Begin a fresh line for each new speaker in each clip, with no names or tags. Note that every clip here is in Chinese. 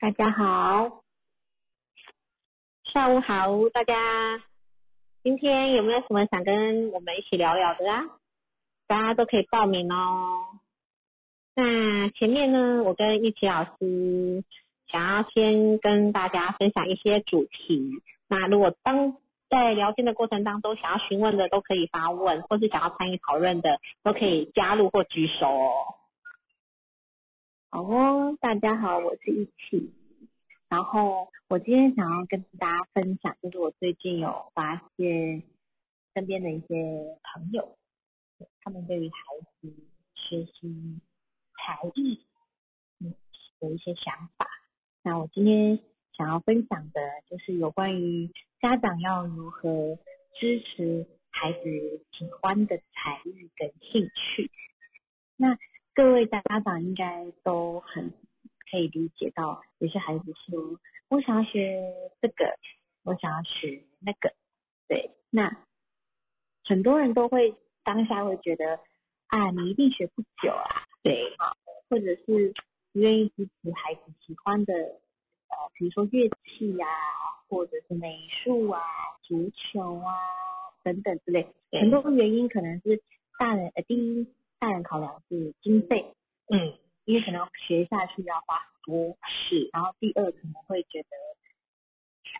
大家好，下午好，大家。今天有没有什么想跟我们一起聊聊的啊？大家都可以报名哦。那前面呢，我跟一奇老师想要先跟大家分享一些主题。那如果当在聊天的过程当中，想要询问的都可以发问，或是想要参与讨论的都可以加入或举手哦。好哦，大家好，我是一起。然后我今天想要跟大家分享，就是我最近有发现身边的一些朋友，他们对于孩子学习才艺，嗯，有一些想法。那我今天想要分享的就是有关于家长要如何支持孩子喜欢的才艺跟兴趣。那各位家长应该都很可以理解到，有些孩子说我想要学这个，我想要学那个，对，那很多人都会当下会觉得啊，你一定学不久啊，对，或者是不愿意支持孩子喜欢的，呃，比如说乐器呀、或者是美术啊、足球啊等等之类，很多原因可能是大人呃第一大人考量是经费，
嗯，
因为可能学下去要花很多，
是，
然后第二可能会觉得，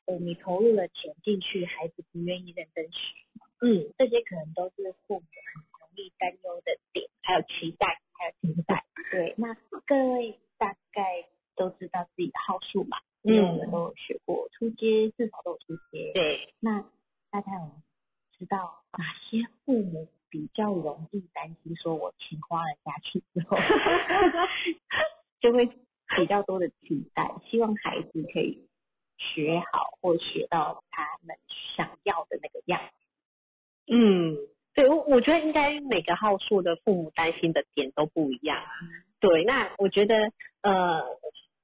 呃，你投入了钱进去，孩子不愿意认真学，
嗯，
这些可能都是父母很容易担忧的点，还有期待，还有期待。对，那各位大概都知道自己的号数嘛，因为我们都有学过初阶，至少都有初阶。
对，
那大家有知道哪些父母比较容易担心，说我钱花了下去之 后，就会比较多的期待，希望孩子可以学好或学到他们想要的那个样子。
嗯，对我我觉得应该每个号数的父母担心的点都不一样啊。对，那我觉得呃，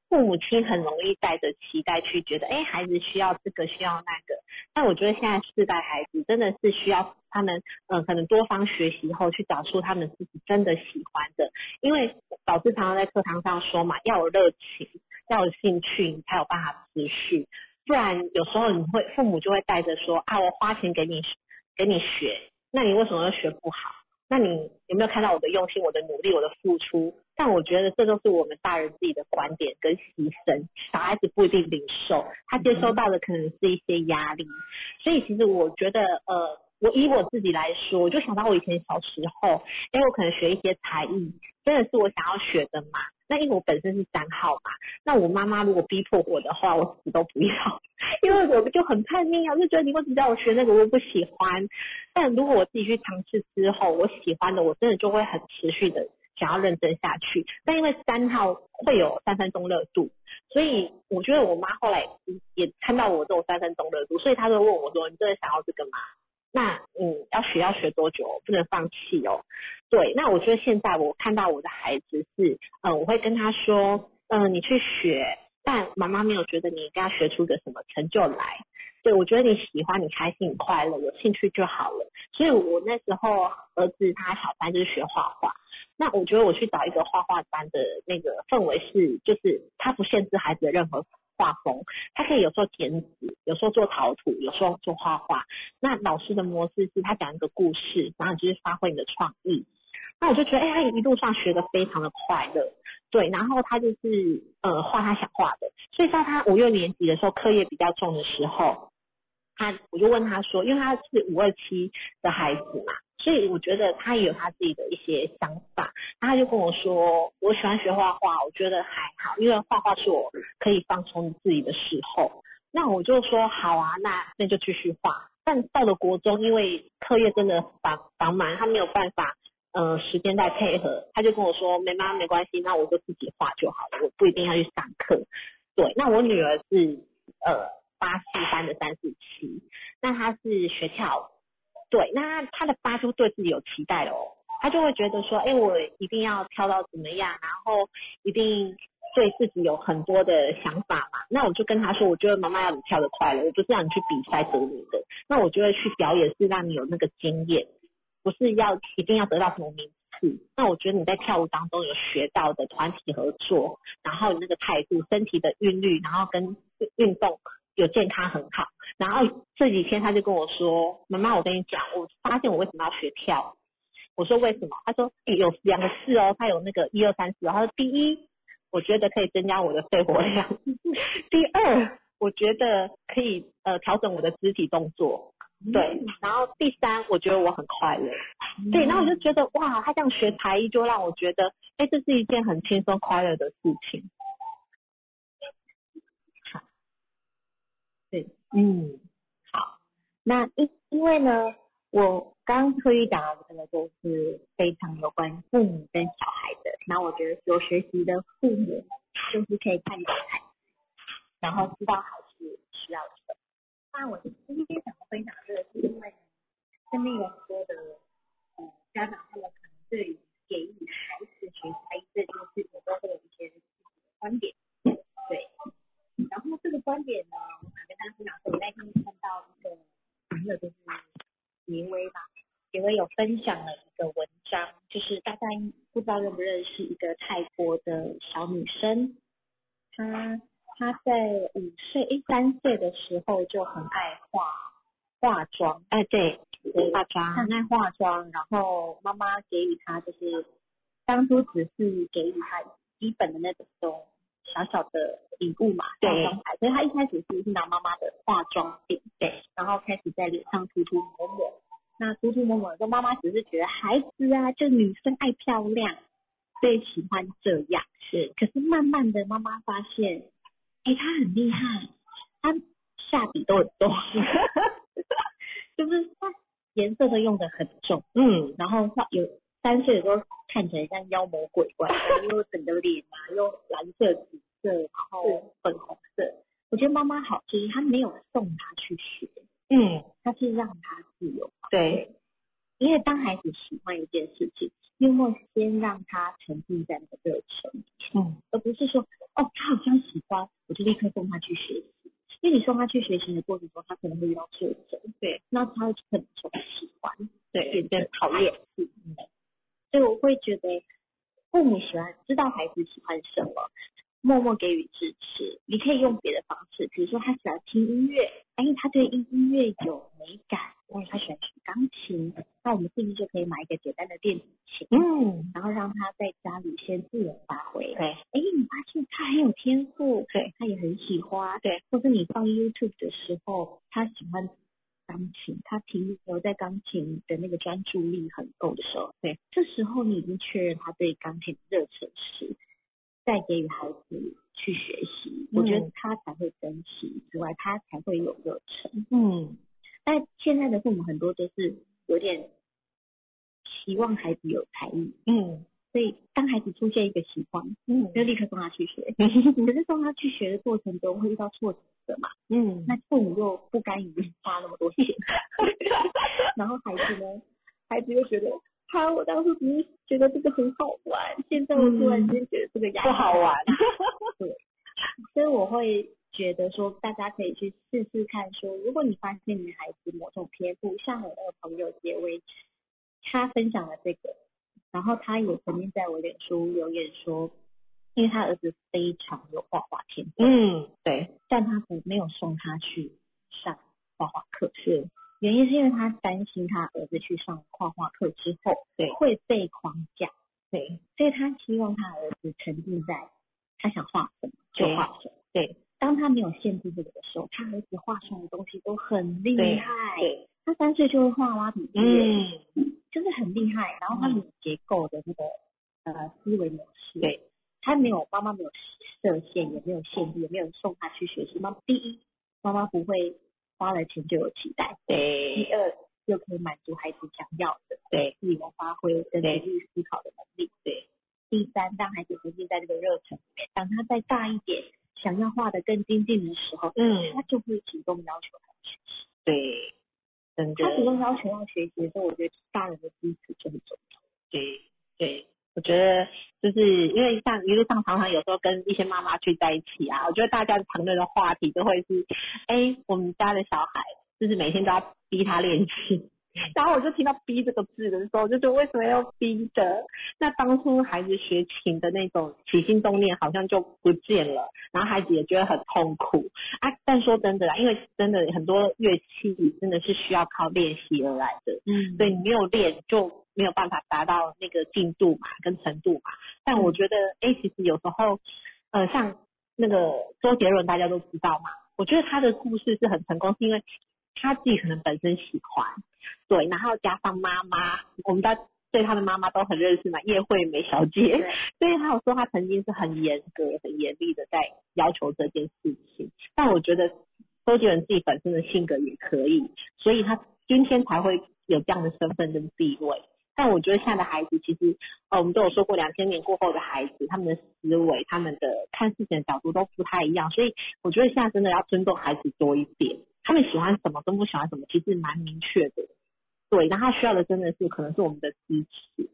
父母亲很容易带着期待去觉得，哎，孩子需要这个需要那个。但我觉得现在世代孩子真的是需要他们，嗯、可能多方学习后去找出他们自己真的喜欢的，因为老师常常在课堂上说嘛，要有热情，要有兴趣，你才有办法持续。不然有时候你会父母就会带着说啊，我花钱给你给你学，那你为什么又学不好？那你有没有看到我的用心、我的努力、我的付出？但我觉得这都是我们大人自己的观点跟牺牲，小孩子不一定领受，他接收到的可能是一些压力。所以其实我觉得，呃，我以我自己来说，我就想到我以前小时候，因为我可能学一些才艺，真的是我想要学的嘛。那因为我本身是三号嘛，那我妈妈如果逼迫我的话，我死都不要， 因为我就很叛逆啊，我就觉得你为什么叫我学那个，我不喜欢。但如果我自己去尝试之后，我喜欢的，我真的就会很持续的想要认真下去。但因为三号会有三分钟热度，所以我觉得我妈后来也看到我这种三分钟热度，所以她就问我说：“你真的想要这个吗？”那嗯，要学要学多久？不能放弃哦。对，那我觉得现在我看到我的孩子是，呃，我会跟他说，嗯、你去学，但妈妈没有觉得你应该学出个什么成就来。对，我觉得你喜欢，你开心，你快乐，有兴趣就好了。所以我那时候儿子他小班就是学画画，那我觉得我去找一个画画班的那个氛围是，就是他不限制孩子的任何画风，他可以有时候剪纸，有时候做陶土，有时候做画画。那老师的模式是他讲一个故事，然后你就是发挥你的创意。那我就觉得，哎、他一路上学的非常的快乐，对，然后他就是呃画他想画的，所以在他五六年级的时候，课业比较重的时候，他我就问他说，因为他是五二七的孩子嘛，所以我觉得他也有他自己的一些想法，那他就跟我说，我喜欢学画画，我觉得还好，因为画画是我可以放松自己的时候。那我就说好啊，那那就继续画。但到了国中，因为课业真的繁繁忙，他没有办法呃，时间再配合，他就跟我说，没妈没关系，那我就自己画就好了，我不一定要去上课。对，那我女儿是呃八四班的三四七，那她是学跳舞，对，那她的八就对自己有期待了哦，她就会觉得说，哎、我一定要跳到怎么样，然后一定对自己有很多的想法嘛。那我就跟她说，我觉得妈妈要你跳得快乐，我不是让你去比赛得名的，那我觉得去表演是让你有那个经验。不是要一定要得到什么名复。那我觉得你在跳舞当中有学到的团体合作，然后你那个态度、身体的韵律，然后跟运动有健康很好。然后这几天他就跟我说：“妈妈，我跟你讲，我发现我为什么要学跳舞。”我说：“为什么？”他说：“诶有两个事哦，他有那个一二三四哦。”他说：“第一，我觉得可以增加我的肺活量； 第二，我觉得可以呃调整我的肢体动作。”
嗯
对，然后第三，我觉得我很快乐。对，然后我就觉得哇，他这样学才艺，就让我觉得，哎，这是一件很轻松快乐的事情。好，对，
嗯，好，那因因为呢，我刚刚翠玉讲的这个就是非常有关父母跟小孩的，那我觉得有学习的父母就是可以看懂孩子，然后知道孩子需要什么。那我今天想分享这个是因为身边有很多的呃家长，他们可能对于给予孩子学才艺这件事情都会有一些自己的观点，对。然后这个观点呢，我想跟大家分享说，我那天看到一个朋友就是杰威吧，杰威有分享了一个文章，就是大家不知道认不认识一个泰国的小女生，她她在五岁诶三岁的时候就很爱化化妆，
哎，对，
她
大家，
很爱化妆，然后妈妈给予她就是当初只是给予她基本的那种小小的礼物嘛，化
对
妆台，所以她一开始是拿妈妈的化妆品，
对，
然后开始在脸上涂涂抹抹。那涂涂抹抹的时候，妈妈只是觉得孩子啊，就女生爱漂亮，所以喜欢这样。是，可是慢慢的，妈妈发现，哎、她很厉害，她下笔都很重， 就是她颜色都用的很重。
嗯，
然后画有三岁的时候看起来像妖魔鬼怪，又整个脸啊，又蓝色、紫色，然后粉红色。我觉得妈妈好就是她没有送他去学，
嗯，
她是让他自由。
对，
因为当孩子喜欢一件事情，幽默先让他沉浸在那个热忱，
嗯，
而不是说哦，他好像喜欢，我就立刻送他去学习。因为你送他去学习的过程中，他可能会遇到挫折，
对，
那他会很从喜欢
对，
变成讨厌，嗯，所以我会觉得父母喜欢知道孩子喜欢什么，默默给予支持。你可以用别的方式，比如说他喜欢听音乐，哎，他对音音乐有美感，哎，他喜欢弹钢琴，那我们是不是就可以买一个简单的电子琴，
嗯，
然后让他在家里先自由发挥？
对，
哎，你发现他很有天赋，
对，
他也很喜欢，
对，
或是你放 YouTube 的时候，他喜欢钢琴，他停留在钢琴的那个专注力很够的时候，
对，
这时候你已经确认他对钢琴的热忱时，再给予孩子去学习，我觉得
嗯
他才会珍惜，之外他才会有热忱。
嗯，
但现在的父母很多都是有点希望孩子有才艺，
嗯，
所以当孩子出现一个喜欢，
嗯，
就立刻送他去学。
嗯，
可是送他去学的过程中会遇到挫折嘛，
嗯，
那父母又不甘于花那么 多钱，然后孩子呢，孩子又觉得，哈，我当初只是觉得这个很好玩，现在我突然间觉得这个压力
嗯不好玩，
所以我会觉得说，大家可以去试试看说，如果你发现你孩子某种天赋，像我那个朋友杰威，他分享了这个，然后他也曾经在我脸书留言说，因为他儿子非常有画画天赋，
嗯，对，
但他不没有送他去上画画课，是原因是因为他担心他儿子去上画画课之后，
对
会被框架，
对，
所以他希望他儿子沉浸在他想画什么就
对
画什么。
对，
当他没有限制这个的时候，他儿子画出来的东西都很厉
对
害。
对，
他三岁就会画挖笔记耶，
嗯，
就是很厉害。然后他
嗯
有结构的那个呃思维模式，
对，
他没有妈妈没有设限，也没有限制，也没有送他去学习。妈第一，妈妈不会花了钱就有期待；第
对，
二，又可以满足孩子想要的
对，
自由发挥跟独
对
立思考的能力。对，第三，让孩子沉浸在这个热忱里面。当他再大一点，想要画的更精进的时候，他
嗯，
就会主动要求他学习。
对，真的
他，主动要求要学习的时候，我觉得大人的支持就很重要。
对对，我觉得就是因为像一路上常常有时候跟一些妈妈聚在一起啊，我觉得大家谈论的话题都会是，哎，我们家的小孩就是每天都要逼他练琴， 然后我就听到“逼”这个字的时候，我就觉得为什么要逼的？那当初孩子学琴的那种起心动念好像就不见了，然后孩子也觉得很痛苦啊。但说真的啦，因为真的很多乐器真的是需要靠练习而来的，
嗯
所以你没有练就没有办法达到那个进度嘛，跟程度嘛。但我觉得，哎、其实有时候，呃，像那个周杰伦，大家都知道嘛，我觉得他的故事是很成功，是因为他自己可能本身喜欢，对，然后加上妈妈，我们大家对他的妈妈都很认识嘛，叶惠美小姐，所以他有说他曾经是很严格、很严厉的在要求这件事情，但我觉得周杰伦自己本身的性格也可以，所以他今天才会有这样的身份跟地位。但我觉得现在的孩子，其实呃，我们都有说过，两千年过后的孩子，他们的思维、他们的看事情的角度都不太一样，所以我觉得现在真的要尊重孩子多一点，他们喜欢什么跟不喜欢什么，其实蛮明确的。对，然后他需要的真的是可能是我们的支持。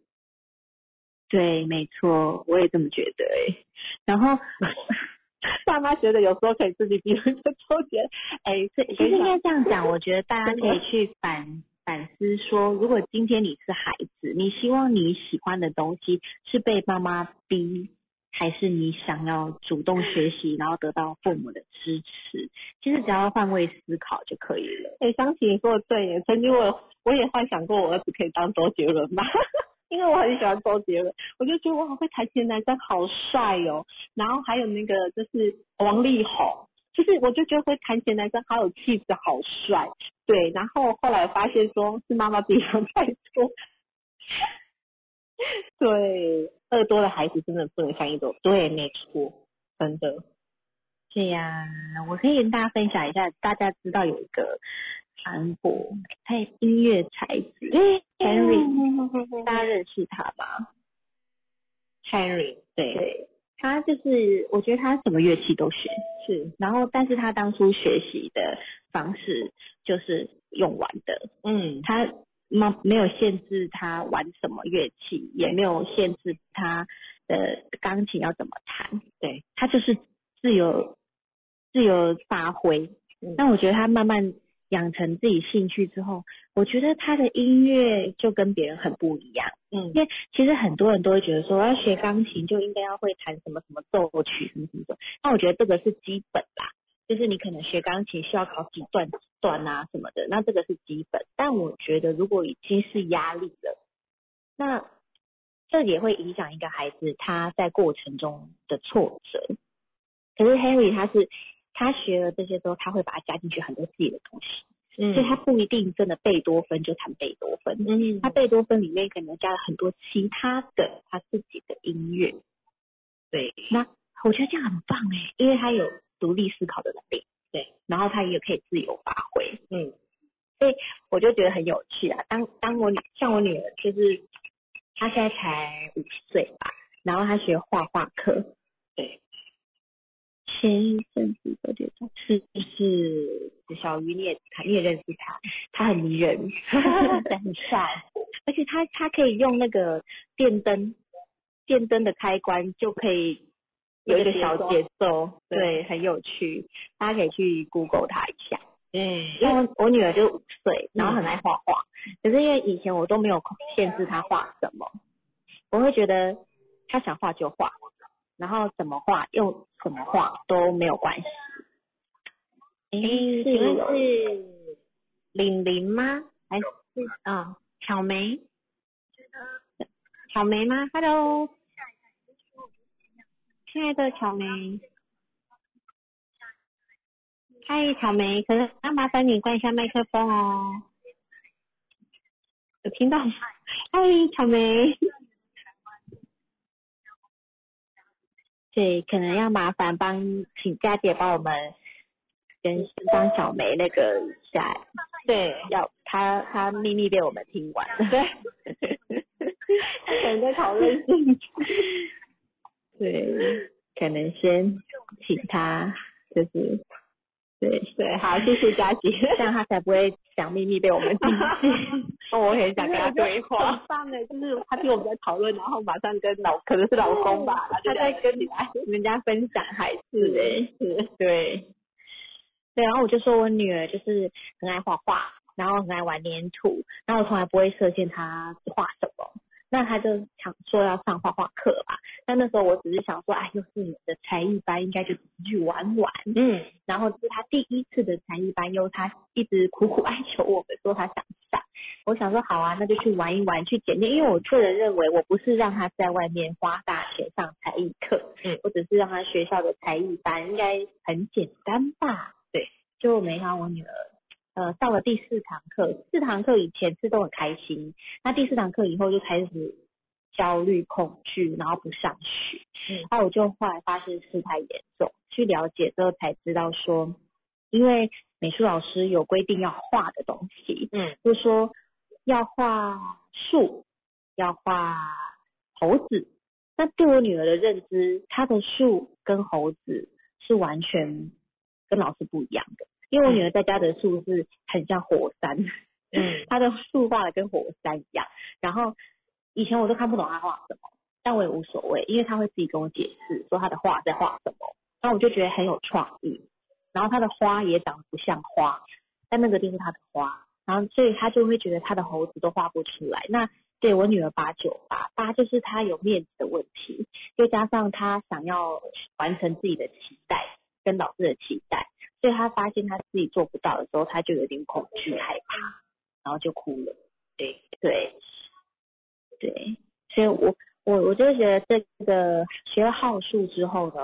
对，没错，我也这么觉得哎、
然后爸妈觉得有时候可以自己比，就觉得哎，这
其实应该这样讲，我觉得大家可以去反反思说，如果今天你是孩子，你希望你喜欢的东西是被妈妈逼，还是你想要主动学习，然后得到父母的支持？其实只要换位思考就可以了。
哎、想起你说的对耶，曾经我有我也幻想过我儿子可以当周杰伦吧， 因为我很喜欢周杰伦，我就觉得哇，会弹琴的男生好帅哦。然后还有那个就是王力宏，就是我就觉得会弹琴的男生好有气质，好帅。对，然后后来发现说是妈妈自己想太多。 对，二多的孩子真的不能像一朵。对，没错，真的。
对呀、我可以跟大家分享一下，大家知道有一个韩国他也音乐才子嗯 Henry，大家认识他吧？
Henry，对，
对，他就是我觉得他什么乐器都学，
是，
然后但是他当初学习的方式就是用玩的，
嗯，
他没没有限制他玩什么乐器，也没有限制他的钢琴要怎么弹，
对，
他就是自由自由发挥
嗯。
那我觉得他慢慢养成自己兴趣之后，我觉得他的音乐就跟别人很不一样。
嗯
因为其实很多人都会觉得说，要学钢琴就应该要会弹什么什么奏曲什么什么的。那我觉得这个是基本啦，就是你可能学钢琴需要考几段几段啊什么的，那这个是基本。但我觉得如果已经是压力了，那这也会影响一个孩子他在过程中的挫折。可是 Henry 他是他学了这些之后，他会把它加进去很多自己的东西，
嗯
所以他不一定真的贝多芬就弹贝多芬，
嗯
他贝多芬里面可能加了很多其他的他自己的音乐，
对，
那我觉得这样很棒哎，因为他有独立思考的能力，
对，
然后他也可以自由发挥，
嗯，
我就觉得很有趣啊。当当我女像我女儿，就是她现在才五岁吧，然后她学画画课，
对，
前一阵子有点是就是小鱼，你也你也认识他，他很迷 人，很帅，而且他他可以用那个电灯，电灯的开关就可以有一个小
有一个节
节奏，
对
对，很有趣，大家可以去 Google 他一下。
嗯
因为我女儿就五岁，然后很爱画画，可是因为以前我都没有限制她画什么，我会觉得她想画就画，然后怎么画用什么画都没有关系。诶
诶
请问
是哦
是玲玲吗？还是啊巧梅？巧梅吗？Hello，亲爱的巧梅。嗨，草莓，可能那麻烦你关一下麦克风哦。有听到吗？嗨，草 莓。对，可能要麻烦帮请佳姐帮我们跟帮小梅那个一下，
对，
要她她秘密被我们听完了。 对，
他可能在讨论性
对，可能先请她就是对，
对，好，谢谢佳姐。
这样她才不会讲秘密被我们听见。
我很
想跟她对话
很棒哎，就是他听我们在讨论，然后马上跟老可能是老公吧，
他在
跟你哎来
人家分享孩
是
子哎、
是，
对，对，然后我就说我女儿就是很爱画画，然后很爱玩粘土，然后我从来不会设限他画什么。那他就想说要上画画课吧，但那时候我只是想说，哎，又是你的才艺班，应该就去玩玩。
嗯
然后这是他第一次的才艺班，又他一直苦苦哀求我们说他想上。我想说好啊，那就去玩一玩，去检验，因为我个人认为我不是让他在外面花大钱上才艺课，
嗯，
我只是让他学校的才艺班应该很简单吧？
对，
就没想到我女儿。呃，上了第四堂课，四堂课以前是都很开心，那第四堂课以后就开始焦虑、恐惧，然后不上学。
嗯
然后我就后来发现事态严重，去了解之后才知道说，因为美术老师有规定要画的东西，
嗯
就说要画树，要画猴子。那对我女儿的认知，她的树跟猴子是完全跟老师不一样的，因为我女儿在家的树是很像火山，
嗯
她的树画的跟火山一样。然后以前我都看不懂她画什么，但我也无所谓，因为她会自己跟我解释说她的画在画什么，那我就觉得很有创意。然后她的花也长得不像花，但那个就是她的花，然后所以她就会觉得她的猴子都画不出来。那对我女儿八九八八就是她有面子的问题，又加上她想要完成自己的期待跟老师的期待，所以她发现她自己做不到的时候，她就有点恐惧害怕，然后就哭了。
对
对，对，所以我我我就觉得这个学了号数之后呢，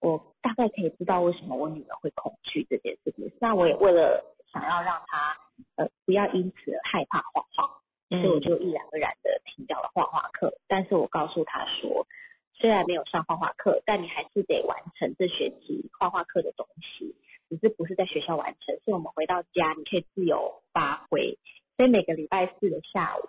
我大概可以知道为什么我女儿会恐惧这件事情。那我也为了想要让她呃不要因此而害怕画画，
嗯
所以嗯我就毅然而然的停掉了画画课。但是我告诉她说，虽然没有上画画课，但你还是得完成这学期画画课的东西，只是不是在学校完成，是我们回到家你可以自由发挥。所以每个礼拜四的下午，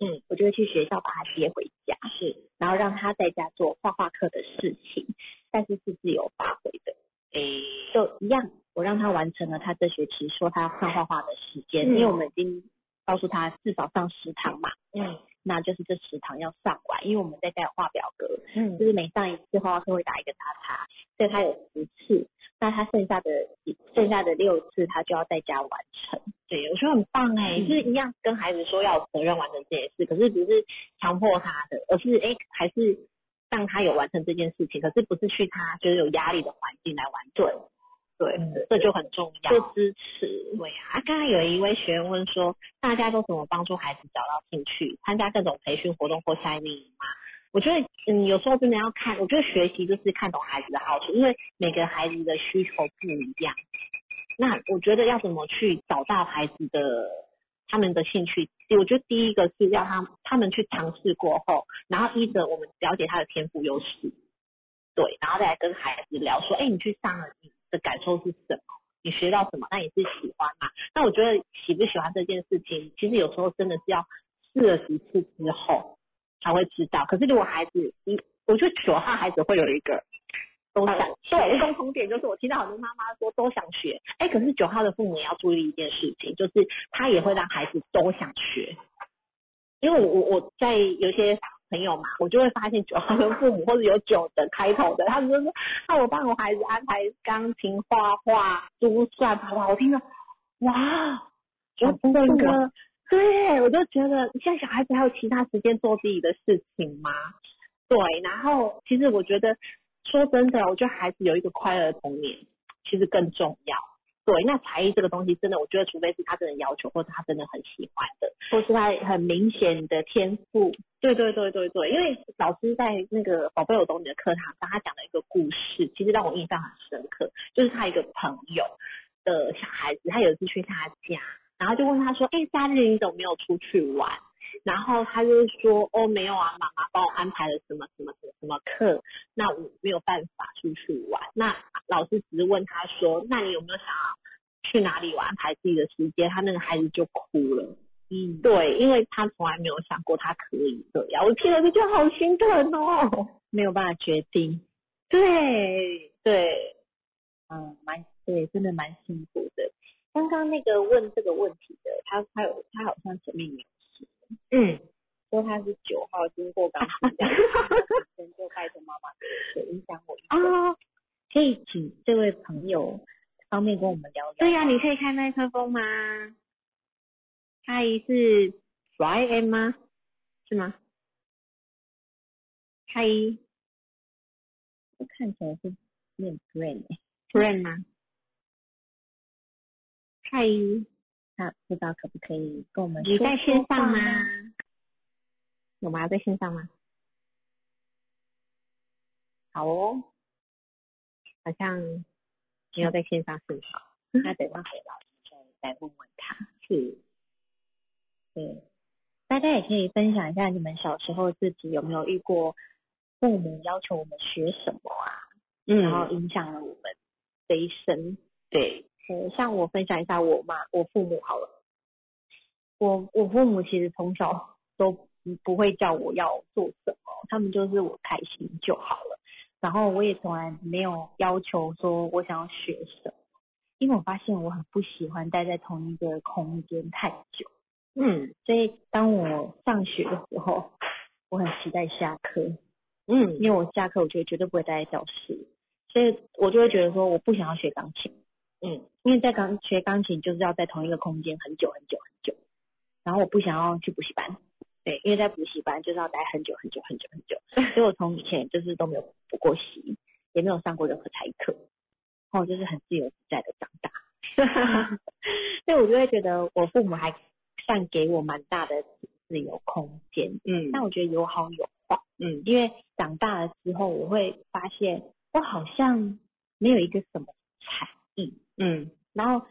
嗯，
我就会去学校把他接回家，是，然后让他在家做画画课的事情，但是是自由发挥的，
诶
就一样，我让他完成了他这学期说他要上画画的时间，
嗯
因为我们已经告诉他至少上十堂嘛，
嗯
那就是这十堂要上完，因为我们在家有画表格，
嗯
就是每上一次画画课会打一个叉叉，所以他有十次，那他剩下的剩下的六次他就要在家完成。
对，我觉得很棒哎、
嗯
就是一样跟孩子说要有责任完成这件事，可是不是强迫他的，而是哎、还是让他有完成这件事情，可是不是去他就是有压力的环境来完成，对，
嗯
这就很重要。
就
支持对啊，刚刚有一位学员问说，大家都怎么帮助孩子找到兴趣，参加各种培训活动或夏令营吗？我觉得，嗯，有时候真的要看，我觉得学习就是看懂孩子的好处，因为每个孩子的需求不一样。那我觉得要怎么去找到孩子的他们的兴趣？我觉得第一个是让他他们去尝试过后，然后依着我们了解他的天赋优势，对，然后再来跟孩子聊说，哎，你去上了，你的感受是什么？你学到什么？那你是喜欢吗？那我觉得喜不喜欢这件事情，其实有时候真的是要试了几次之后才会知道。可是如果孩子一，我觉得九号孩子会有一个都想、呃对共同点，就是我听到很多妈妈说都想学，哎，可是九号的父母也要注意一件事情，就是他也会让孩子都想学，因为我我我在有些。朋友嘛，我就会发现九号的 父母或者有九的开头的，他们就说：“那我帮我孩子安排钢琴、画画、珠算、跑跑。”我听着，哇，我
好棒
整
哦
个对，我就觉得现在小孩子还有其他时间做自己的事情吗？对，然后其实我觉得说真的，我觉得孩子有一个快乐的童年其实更重要。对，那才艺这个东西真的，我觉得除非是他真的要求，或者他真的很喜欢的，
或是他很明显的天赋，
对对对对对，因为老师在那个《宝贝我懂你》的课堂上，他讲了一个故事，其实让我印象很深刻，就是他一个朋友的小孩子，他有一次去他家，然后就问他说：“哎，假日你怎么没有出去玩？”然后他就说：“哦，没有啊，妈妈帮我安排了什么什么什么什么课，那我没有办法出去玩。”那老师只是问他说：“那你有没有想要去哪里玩？安排自己的时间？”他那个孩子就哭了。
嗯，
对，因为他从来没有想过他可以这样，我听了就觉得好心疼哦。
没有办法决定，
对对，
嗯，蛮对，真的蛮辛苦的。刚刚那个问这个问题的，他他有他好像前面有
嗯，
说他是九号，经过 刚刚讲，人就带着妈妈的影响我一个。
哦
啊，
可以请这位朋友方便跟我们聊聊？
对呀、你可以开麦克风吗？
阿姨是 Brian 吗？是吗？阿姨
我看起来是念 brain，欸
Brian 吗？阿姨，
他不知道可不可以跟我
嗯
们
你
说
在
说
线
话
上吗
呢？
有吗？在线上吗？好哦，好像没有在线上是吗？
他等他回来再再问问他。是，对，大家也可以分享一下你们小时候自己有没有遇过父母要求我们学什么啊，然后
嗯，
影响了我们这一生。
对，
呃，像我分享一下我妈、我父母好了，我我父母其实从小都不不会叫我要做什么，他们就是我开心就好了。然后我也从来没有要求说我想要学什么，因为我发现我很不喜欢待在同一个空间太久，
嗯
所以当我上学的时候，我很期待下课，
嗯
因为我下课我就绝对不会待在教室，所以我就会觉得说我不想要学钢琴，
嗯
因为在钢学钢琴就是要在同一个空间很久很久很久，然后我不想要去补习班，对，因为在补习班就是要待很久很久很久很久，所以我从以前就是都没有补过习，也没有上过任何才艺课，然后我就是很自由自在的长大， 所以我就会觉得我父母还算给我蛮大的自由空间，
嗯
但我觉得有好有坏，
嗯
因为长大了之后我会发现我好像没有一个什么才艺，
嗯
然后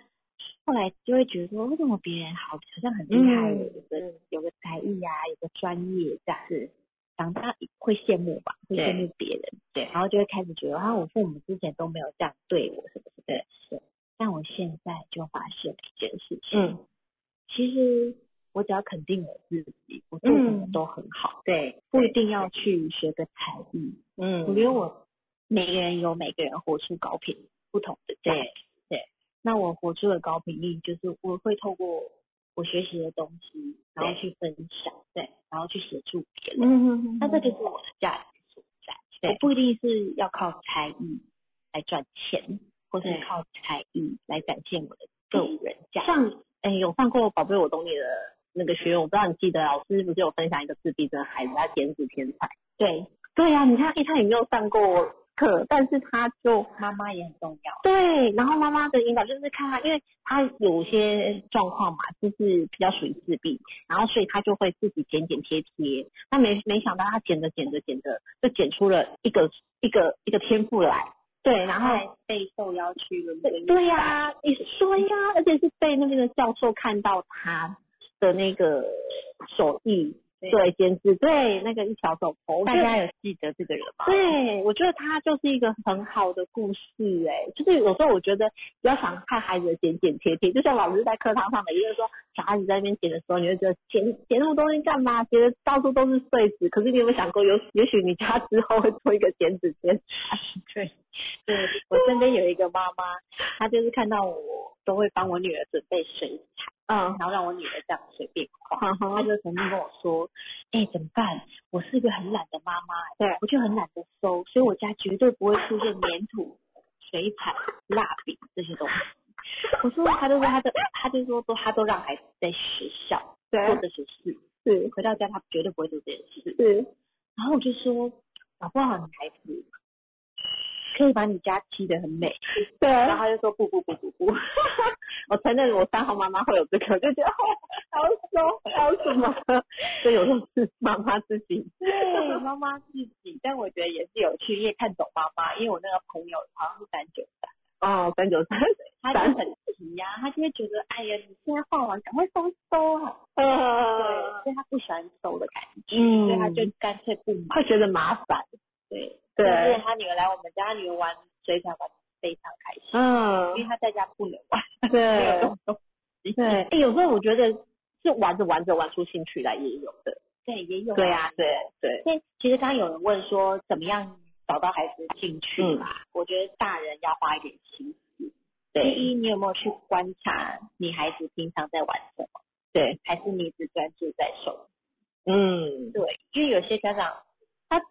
后来就会觉得说，为什么别人好好像很厉害，
嗯
有个有个才艺呀、有个专业这样子，长大会羡慕吧，会
对
羡慕别人，
对
然后就会开始觉得啊，我父母之前都没有这样对我，是不是？对，是。但我现在就发现一件事情，
嗯，
其实我只要肯定我自己，我做什么
嗯
都很好，
对，
不一定要去学个才艺，
嗯，
我觉得我每个人有每个人活出高频不同的价值。对，那我活出的高频率就是我会透过我学习的东西，然后去分享，对，然后去协助别人。
嗯，
那这就是我的价值所在。
对
我不一定是要靠才艺来赚钱，或是
对
靠才艺来展现我的个人价值。
上哎、有上过《宝贝我懂你》的那个学员，我不知道你记得，老师不是有分享一个自闭症孩子，他减脂天才。
对，
对呀、你看，哎、他也没有上过课，但是他就
妈妈也很重要。
对，然后妈妈的引导就是看他，因为他有些状况嘛，就是比较属于自闭，然后所以他就会自己剪剪贴贴。那没没想到他剪着剪着剪着，就剪出了一个一个一个天赋来。对，然后
后被受邀去伦敦
对对呀、你说呀，而且是被那边的教授看到他的那个手艺，
对
对，剪纸，对，那个一条手头，
大家有记得这个人吗？
对，我觉得他就是一个很好的故事、哎，就是有时候我觉得不要想看孩子的剪剪贴贴，就像老师在课堂上每一个说小孩子在那边剪的时候，你会觉得剪剪那么多东西干嘛？剪的到处都是碎纸，可是你有没有想过，有也许你家之后会做一个剪纸啊天才？
对，对我身边有一个妈妈，她就是看到我都会帮我女儿准备水彩，
嗯，
然后让我女儿这样随便画。
好好
她，就曾经跟我说：“哎、怎么办？我是一个很懒的妈妈，
对，
我就很懒得收，所以我家绝对不会出现粘土、水彩、蜡笔这 些东西。”我说：“她就说她的，她就说说她都让孩子在学校
对
做这些事，
是
回到家她绝对不会做这些事。”
是，
然后我就说，搞不好你孩子可以把你家漆得很美。
对，
然后他就说不不不不不，
我承认我三号妈妈会有这个，我就觉得哦，好凶，好什么？所以有时候是妈妈自己，
对，妈妈自己，但我觉得也是有趣，因为看懂妈妈，因为我那个朋友好像是三九，
哦，三九三，
他就很急呀、他就会觉得哎呀，你现在画完赶快收一收啊，
呃
对，，所以他不喜欢收的感觉，
嗯
所以他就干脆不买，
会觉得麻烦，
对，
对
而且他女儿来我们家，他女儿玩水彩玩得非常开心，
嗯
因为他在家不能玩，没有
对
动动
对，诶哎有时候我觉得是玩着玩着玩出兴趣来也有的，
对，也有
对啊，对对，
所以其实刚刚有人问说，怎么样找到孩子的兴趣嘛？我觉得大人要花一点心思。第
嗯对
一，你有没有去观察你孩子平常在玩什么？
对，
还是你只专注在手
嗯
机？，对，因为有些家长他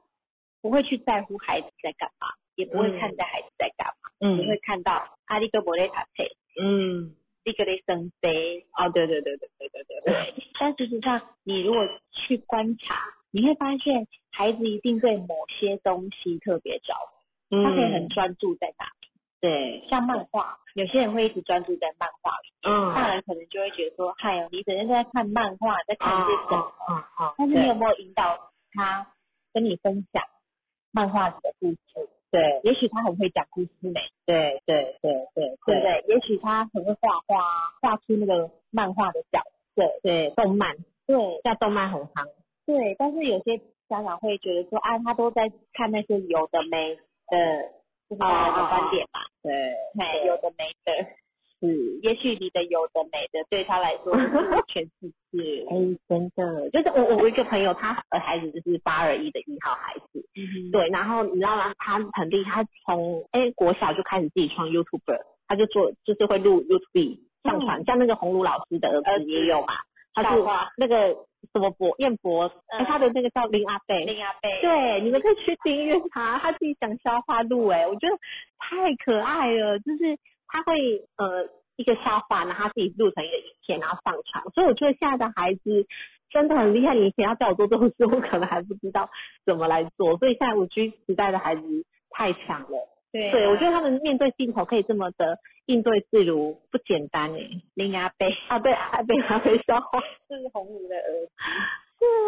不会去在乎孩子在干嘛，也不会看待孩子在干嘛，
嗯
你会看到阿里哥伯雷塔佩，
嗯，
这个雷生飞，
哦，对对对对对对对，
对，但事实上，你如果去观察，你会发现孩子一定对某些东西特别着迷，他可以很专注在那里。
对，
嗯像漫画，有些人会一直专注在漫画里，大人可能就会觉得说，嗨哟，你整天都在看漫画，在看些什么？
嗯嗯，
但是你有没有引导他跟你分享漫画里的故事？
对
也许他很会讲故事美，
对对对对
对不对？也许他很会画画，画出那个漫画的角色。
对，动漫
对
现在动漫很夯，
对，但是有些家长会觉得说，啊，他都在看那些有的没的，就是大人的观点嘛，
对，
嘿有的没的。
是，
也许你的有的没的对他来说 就是全世界。
哎，真的，就是我我我一个朋友，他的孩子就是八二一的一号孩子，
嗯
对，然后你知道吗？他很厉害，他从哎国小就开始自己创 YouTuber，他就做就是会录 YouTube 上传，像那个洪儒老师的儿子也有嘛，他是
笑话
那个什么博彦博，哎、
嗯
他的那个叫林阿贝，
另外被
对，你们可以去订阅他，他自己讲消化录，哎，我觉得太可爱了，就是他会呃一个消化，然后他自己录成一个影片，然后上传，所以我觉得现在的孩子真的很厉害。你以前要叫我做这种事，我可能还不知道怎么来做，所以现在五 G 时代的孩子太强了。
对啊
对，啊我觉得他们面对镜头可以这么的应对自如，不简单哎。
林阿贝
啊，对，阿贝阿贝消化，
这是红武的儿子，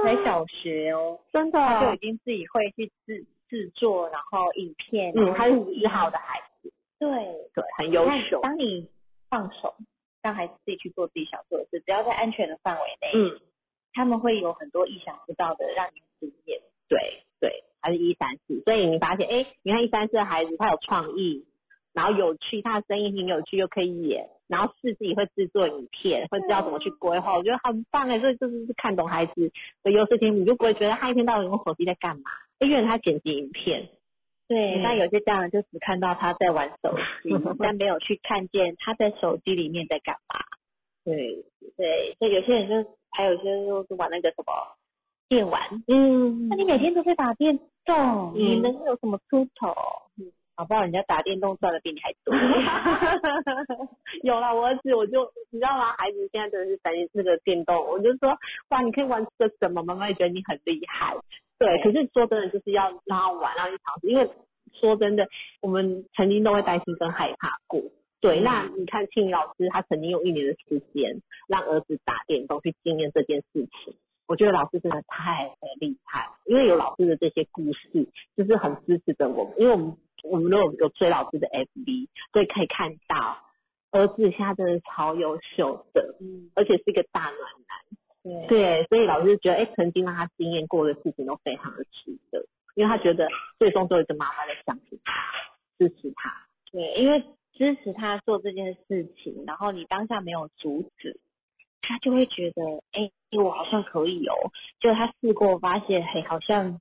对
才
啊
小学哦，
真的，
他就已经自己会去制制作，然后影片，
嗯，
然
他
后
是
录
一
音
号的孩子，
对，
对，很优
看
秀。
当你放手，让孩子自己去做自己想做的事，只要在安全的范围内，
嗯，
他们会有很多意想不到的让你惊艳。
对对，还是一三四，所以你发现，哎，你看一三四的孩子，他有创意，然后有趣，他的声音很有趣，又可以演，然后是自己会制作影片，会知道怎么去规划，我觉得很棒哎，所以这就是看懂孩子的优势性，你就不会觉得他一天到晚用手机在干嘛，因为他剪辑影片，
对
嗯
但有些家长就只看到他在玩手机，但没有去看见他在手机里面在干嘛。
对，
对，所以有些人就还有些就是玩那个什么电玩，
嗯
那你每天都在打电动，
嗯
你能有什么出头？搞不好人家打电动赚的比你还多。
有了，我儿子我就你知道吗？孩子现在真的是担心那个电动，我就说哇，你可以玩这个什么？妈妈也觉得你很厉害。对，可是说真的，就是要让他玩，让他去尝试。因为说真的，我们曾经都会担心跟害怕过。对，
嗯
那你看庆宇老师，他曾经用一年的时间让儿子打电动去经验这件事情。我觉得老师真的太厉害了，因为有老师的这些故事，就是很支持着我们。因为我们我们如果有追老师的 FB，所以可以看到儿子现在真的超优秀的，
嗯，
而且是一个大暖男。
对
对，所以老师觉得，哎、曾经让他经验过的事情都非常的值得，因为他觉得最终都有一个妈妈在相信他、支持他。
对，因为支持他做这件事情，然后你当下没有阻止，他就会觉得，哎、我好像可以哦。就他试过发现，嘿，好像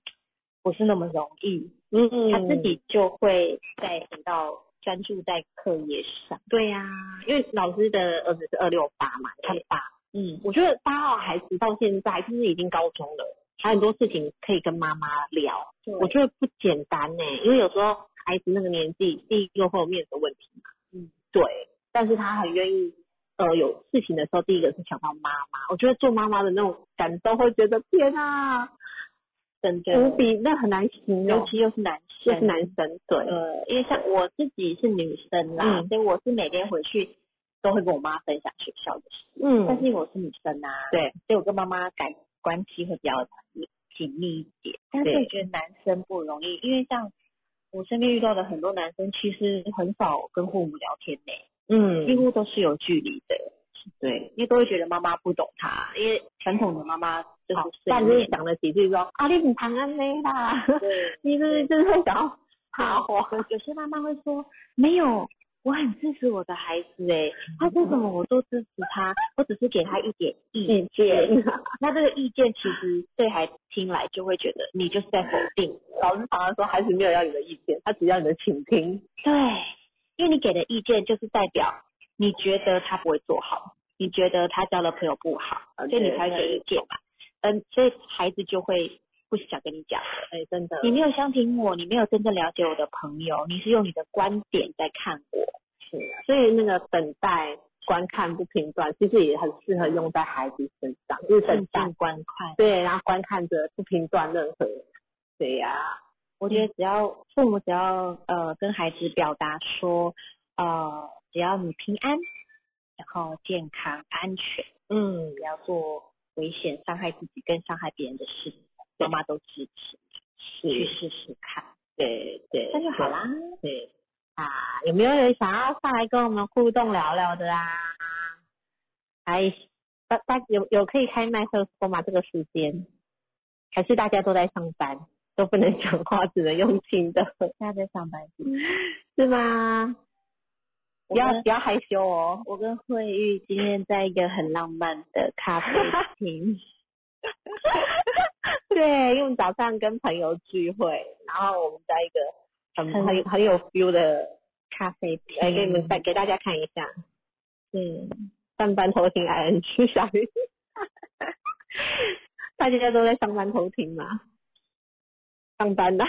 不是那么容易，
嗯
他自己就会再回到专注在课业上。
对呀、因为老师的儿子是二六八嘛，他爸，
嗯，
我觉得八号孩子到现在就是已经高中了，还有很多事情可以跟妈妈聊。
对
我觉得不简单呢、因为有时候孩子那个年纪，第一个会有面子问题嘛，
嗯，
对，但是他很愿意，呃，有事情的时候，第一个是想到妈妈，我觉得做妈妈的那种感动，会觉得天啊，
真的，
无比，那很难形
尤
容，
其又是男
就
生，
是男生，对，
呃，因为像我自己是女生啦，
嗯
所以我是每天回去都会跟我妈分享学校的事，
嗯
但是因为我是女生啊，
对，
所以我跟妈妈感关系会比较紧密一点。但是
对
我觉得男生不容易，因为像我身边遇到的很多男生，其实很少跟父母聊天呢、
嗯
几乎都是有距离的，
对，
因为都会觉得妈妈不懂他，因为传统的妈妈就是
好，
碎
哦但是
念，
讲了几句说啊，你很长安内啦，
对，
你是不是就是会想要爬花，
啊 有有些妈妈会说，没有，我很支持我的孩子哎，
嗯
他做什么我都支持他，我只是给他一点意见。 那这个意见其实对孩子听来就会觉得你就是在否定，
老师常常说孩子没有要你的意见，他只要你的倾听。
对，因为你给的意见就是代表你觉得他不会做好，你觉得他交的朋友不好，
啊
所以你
对
才会给意见嘛。嗯，所以孩子就会不想跟你讲。
哎、真的，
你没有相信我，你没有真正了解我的朋友，你是用你的观点在看我。
所以那个等待观看不评断，其实也很适合用在孩子身上，就是等待
静观看。
对，然后观看着不评断任何，对呀、
我觉得只要父母只要呃跟孩子表达说，呃，只要你平安，然后健康、安全，
嗯
不要做危险、伤害自己跟伤害别人的事，妈妈都支持，去试试看，
对对，
那就好啦。
对啊，有没有人想要上来跟我们互动聊聊的啊？哎，大大有有可以开麦克风吗？这个时间，还是大家都在上班，都不能讲话，只能用听的，
现在在上班，
是吗？
我
不要
跟
不要害羞哦。
我跟慧玉今天在一个很浪漫的咖啡 厅，
对，因为我们早上跟朋友聚会，然后我们在一个很
很
很有很有 feel 的，
咖啡厅，
来给你们再给大家看一下，嗯
对，
上班偷听 ING 小 鱼，大家都在上班偷听嘛，上班的，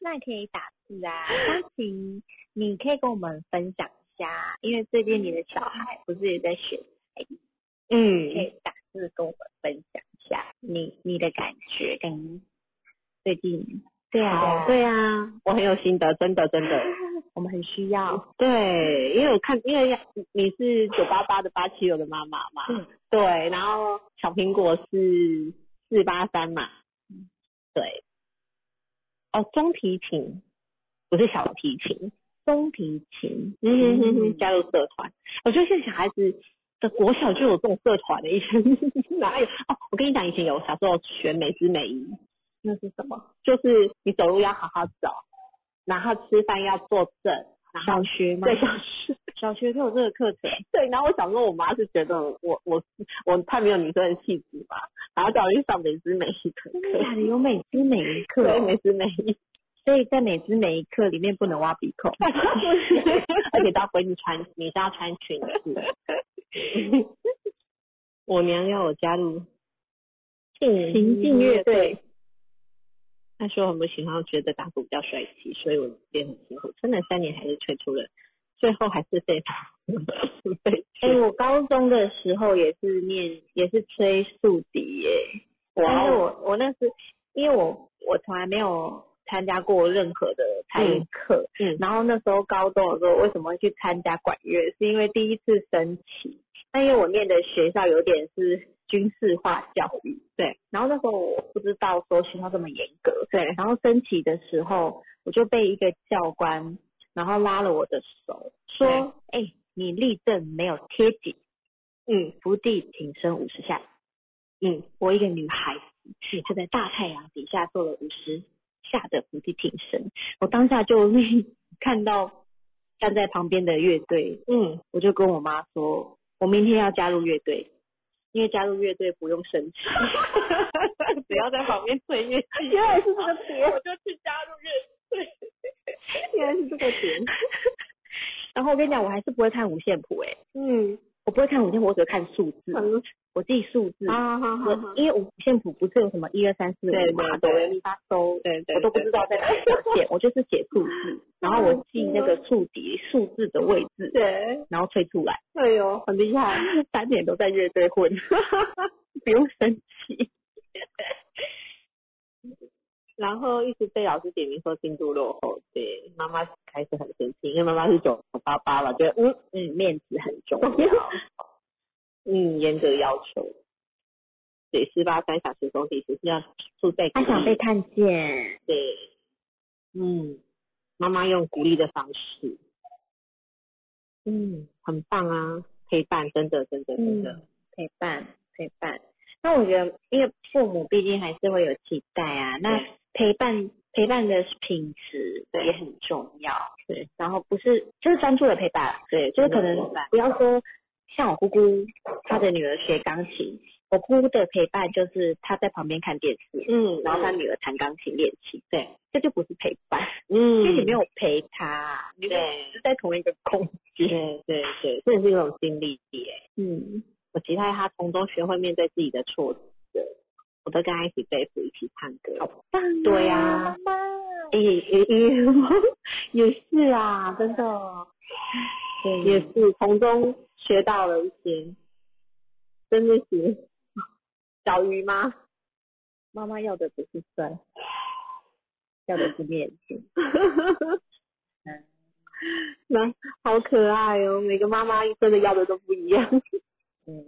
那你可以打字啊，张琪，你可以跟我们分享一下，因为最近你的小孩不是也在学，
嗯
你可以打字跟我们分享一下你你的感觉跟最近，
对
啊
对啊，我很有心得，真的真的，
我们很需要，
对，因为我看，因为你是九八八的八七六的妈妈嘛，
嗯
对，然后小苹果是四八三嘛，对，哦，中提琴不是小提琴，
中提琴，
嗯哼哼哼，
嗯
加入社团，我觉得现在小孩子的国小就有这种社团的，以前哪有？哦， 我跟你讲，以前有，小时候学美姿美仪，
那是什么？
就是你走路要好好走，然后吃饭要坐正，然
小
后
学吗
对？小时。
小学都有这个课程，
对，然后我想说，我妈是觉得我我我太没有女生的气质吧，然后叫我去上美姿美仪的
真的
课，
假的？有美姿美仪课
对，
哦，
美姿美仪，
所以在美姿美仪课里面不能挖鼻 孔。
而且到闺女穿，你是要穿裙子。 我娘要我加入进
行进乐
队，她说很不喜欢，觉得打鼓比较帅气，所以我也很辛苦，真的三年还是退出了，最后还是被罚被
哎、
去
我高中的时候也是念，也是吹竖笛耶。但是
哇哦
我我那是因为我我从来没有参加过任何的才艺课，
嗯嗯
然后那时候高中的时候为什么会去参加管乐，是因为第一次升旗。那因为我念的学校有点是军事化教育，
对，
然后那时候我不知道说学校这么严格，
对，
然后升旗的时候，我就被一个教官，然后拉了我的手，说
对：“
哎、 你立正没有贴紧，
嗯
伏地挺身五十下。
嗯，”
我一个女孩子就在大太阳底下做了五十下的伏地挺身，我当下就看到站在旁边的乐队，
嗯，
我就跟我妈说：“我明天要加入乐队，因为加入乐队不用升 旗。”
只要在旁边吹乐器，
原来是这个
点， 我就去加入乐队。原来是这个点，
然后我跟你讲，我还是不会看五线谱、欸，
嗯，
我不会看五线谱，我只会看数字。
嗯
我自己数字，
啊，好好
我因为五线谱不是有什么一二三四
对
五嘛，
对
哆
对
来咪发嗦，
对对，
我都不知道在哪里写，我就是写数字，然后我记那个数笛数字的位置，
对，
然后吹出来。
哎呦，很厉害，
三点都在乐队混， 不用生气。
然后一直被老师点名说进度落后，对，妈妈开始很生气，因为妈妈是九八八嘛，觉得嗯
嗯，面子很重要。
嗯严格要求，对，四八三小学中体只是要住在
他想被看见，
对，嗯，妈妈用鼓励的方式，嗯，很棒啊，陪伴，真的，真的，真的，
嗯，陪伴陪伴。那我觉得，因为父母毕竟还是会有期待啊，那
对
陪伴陪伴的品质
对
也很重要。对，然后不是就是专注的陪伴啊，
对，
就是
真的
可能
陪伴
不要说像我姑姑她的女儿学钢琴，我姑姑的陪伴就是她在旁边看电视，
嗯，
然后她
嗯
女儿弹钢琴练琴，
对，
这就不是陪伴，
嗯
因为你没有陪她，你们
对
只是在同一个空间。
对对对，这也是一种经历耶。
嗯，
我期待他从中学会面对自己的挫折，我都跟他一起背负，一起唱歌。好棒、对呀、啊，也也也 也是啊，真的。
对，
也是从中学到了一些，真的是 小鱼 吗？
妈妈要的不是酸，要的是面筋。
那好可爱哦，每个妈妈真的要的都不一样。
嗯，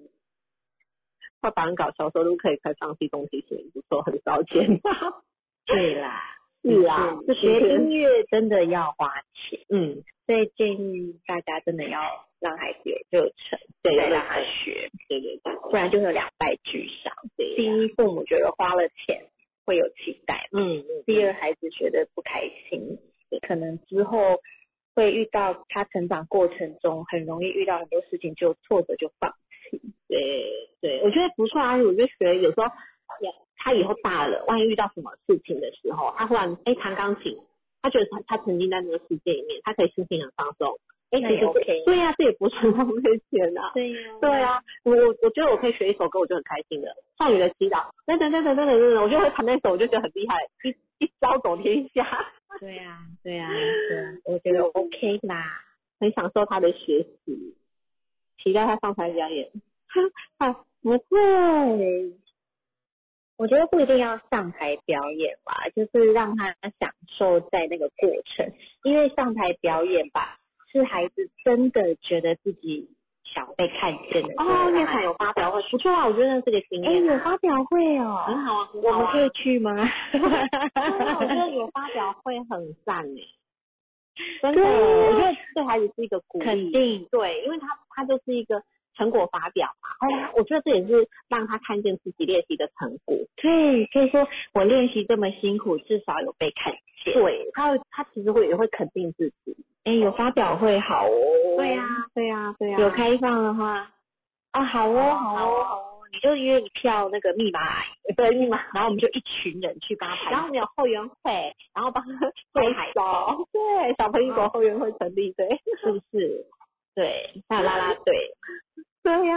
爸爸很搞笑，说如果可以开放式东西，其实不错，很烧钱。
对 啦，
是啊，
是学音乐真的要花钱，
嗯，
所以建议大家真的要让孩子有热忱，
对，
再
有
让
的
他学，
对对对，
不然就会有两败俱伤。
对
第一，父母觉得花了钱会有期待，
嗯嗯，
第二，孩子觉得不开心，可能之后会遇到他成长过程中很容易遇到很多事情就挫折就放弃。
对对，我觉得不错啊，我就觉得有时候他以后大了，万一遇到什么事情的时候，他忽然哎弹钢琴，他觉得他他沉浸在那个世界里面，他可以心情很放松。哎，
那
其
也
实
OK
这对呀、这也不是浪费钱啊。
对呀、
对啊，我我我觉得我可以学一首歌，我就很开心的。少女的祈祷，等等等等等等等等，我就会弹那首，我就觉得很厉害，一一招走天下，
对呀、对呀、对啊，我觉得 OK 啦。
很享受他的学习，期待他上台表演。啊，不会，
我觉得不一定要上台表演吧，就是让他享受在那个过程，因为上台表演吧，是孩子真的觉得自己想被看见的时候
哦，
让
叶
他
凯有发表会，不错啊，我觉得这个经
哎、
验
有发表会哦，
很好啊，很好
我
啊
们 可以去吗？
真哦的我觉得有发表会很赞诶，真的，
对啊
我觉得对孩子是一个鼓励，
肯定
对，因为他他就是一个成果发表嘛，然后我觉得这也是让他看见自己练习的成果，
对，可以说我练习这么辛苦，至少有被看见。
对，他会他其实会也会肯定自己，
哎、有发表会好哦。
对呀、对呀、啊对呀、
有开放的话，啊，好哦，好
好哦
哦，好哦，你就约一票那个密码阿姨，对密码，然后我们就一群人去帮他排。
然后我们有后援会，然后帮 他嗯
做海
报，对，小朋友狗后援会成立，对，
是不是？对，还有啦啦队，
对呀、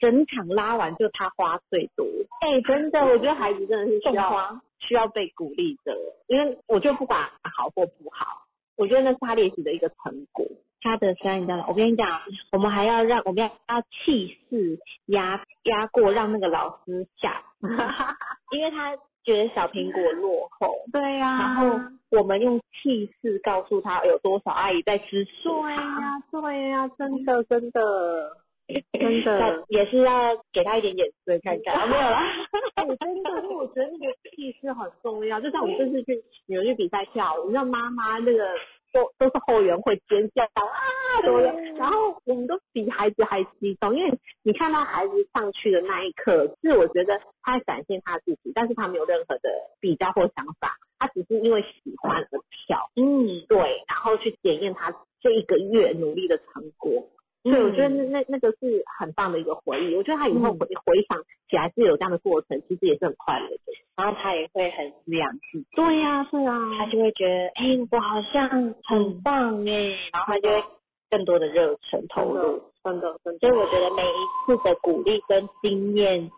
整场拉完就他花最多，
哎、真的，我觉得孩子真的是需
种
要需要被鼓励的，因为我觉得不管好或不好，我觉得那是他练习的一个成果。
他的山你知道吗？我跟你讲，我们还要让我们要要气势压压过，让那个老师下， 因为他觉得小苹果落后，
对啊呀
然后我们用气势告诉他有多少阿姨在支持
对啊
他。
呀、对呀、真的真的真
但
的，
也是要给他一点眼色看 看，啊没有啦，
哎真的，因为我觉得那个气势很重要。就像我们这次去纽约比赛跳舞，你知道妈妈那个都都是后援会尖叫啊什么的，然后我们都比孩子还激动，因为你看到孩子上去的那一刻，是我觉得他在展现他自己，但是他没有任何的比较或想法，他只是因为喜欢而跳。
嗯，
对，然后去检验他这一个月努力的成果。所以我觉得那那那个是很棒的一个回忆。我觉得他以后
嗯
回、回想起来自己有这样的过程，其实也是很快乐的。
然后他也会很滋养自己，
对呀、是啊，
他就会觉得，哎、我好像很棒哎、然后他就会更多的热忱投入。
真的真
所以我觉得每一次的鼓励跟经验，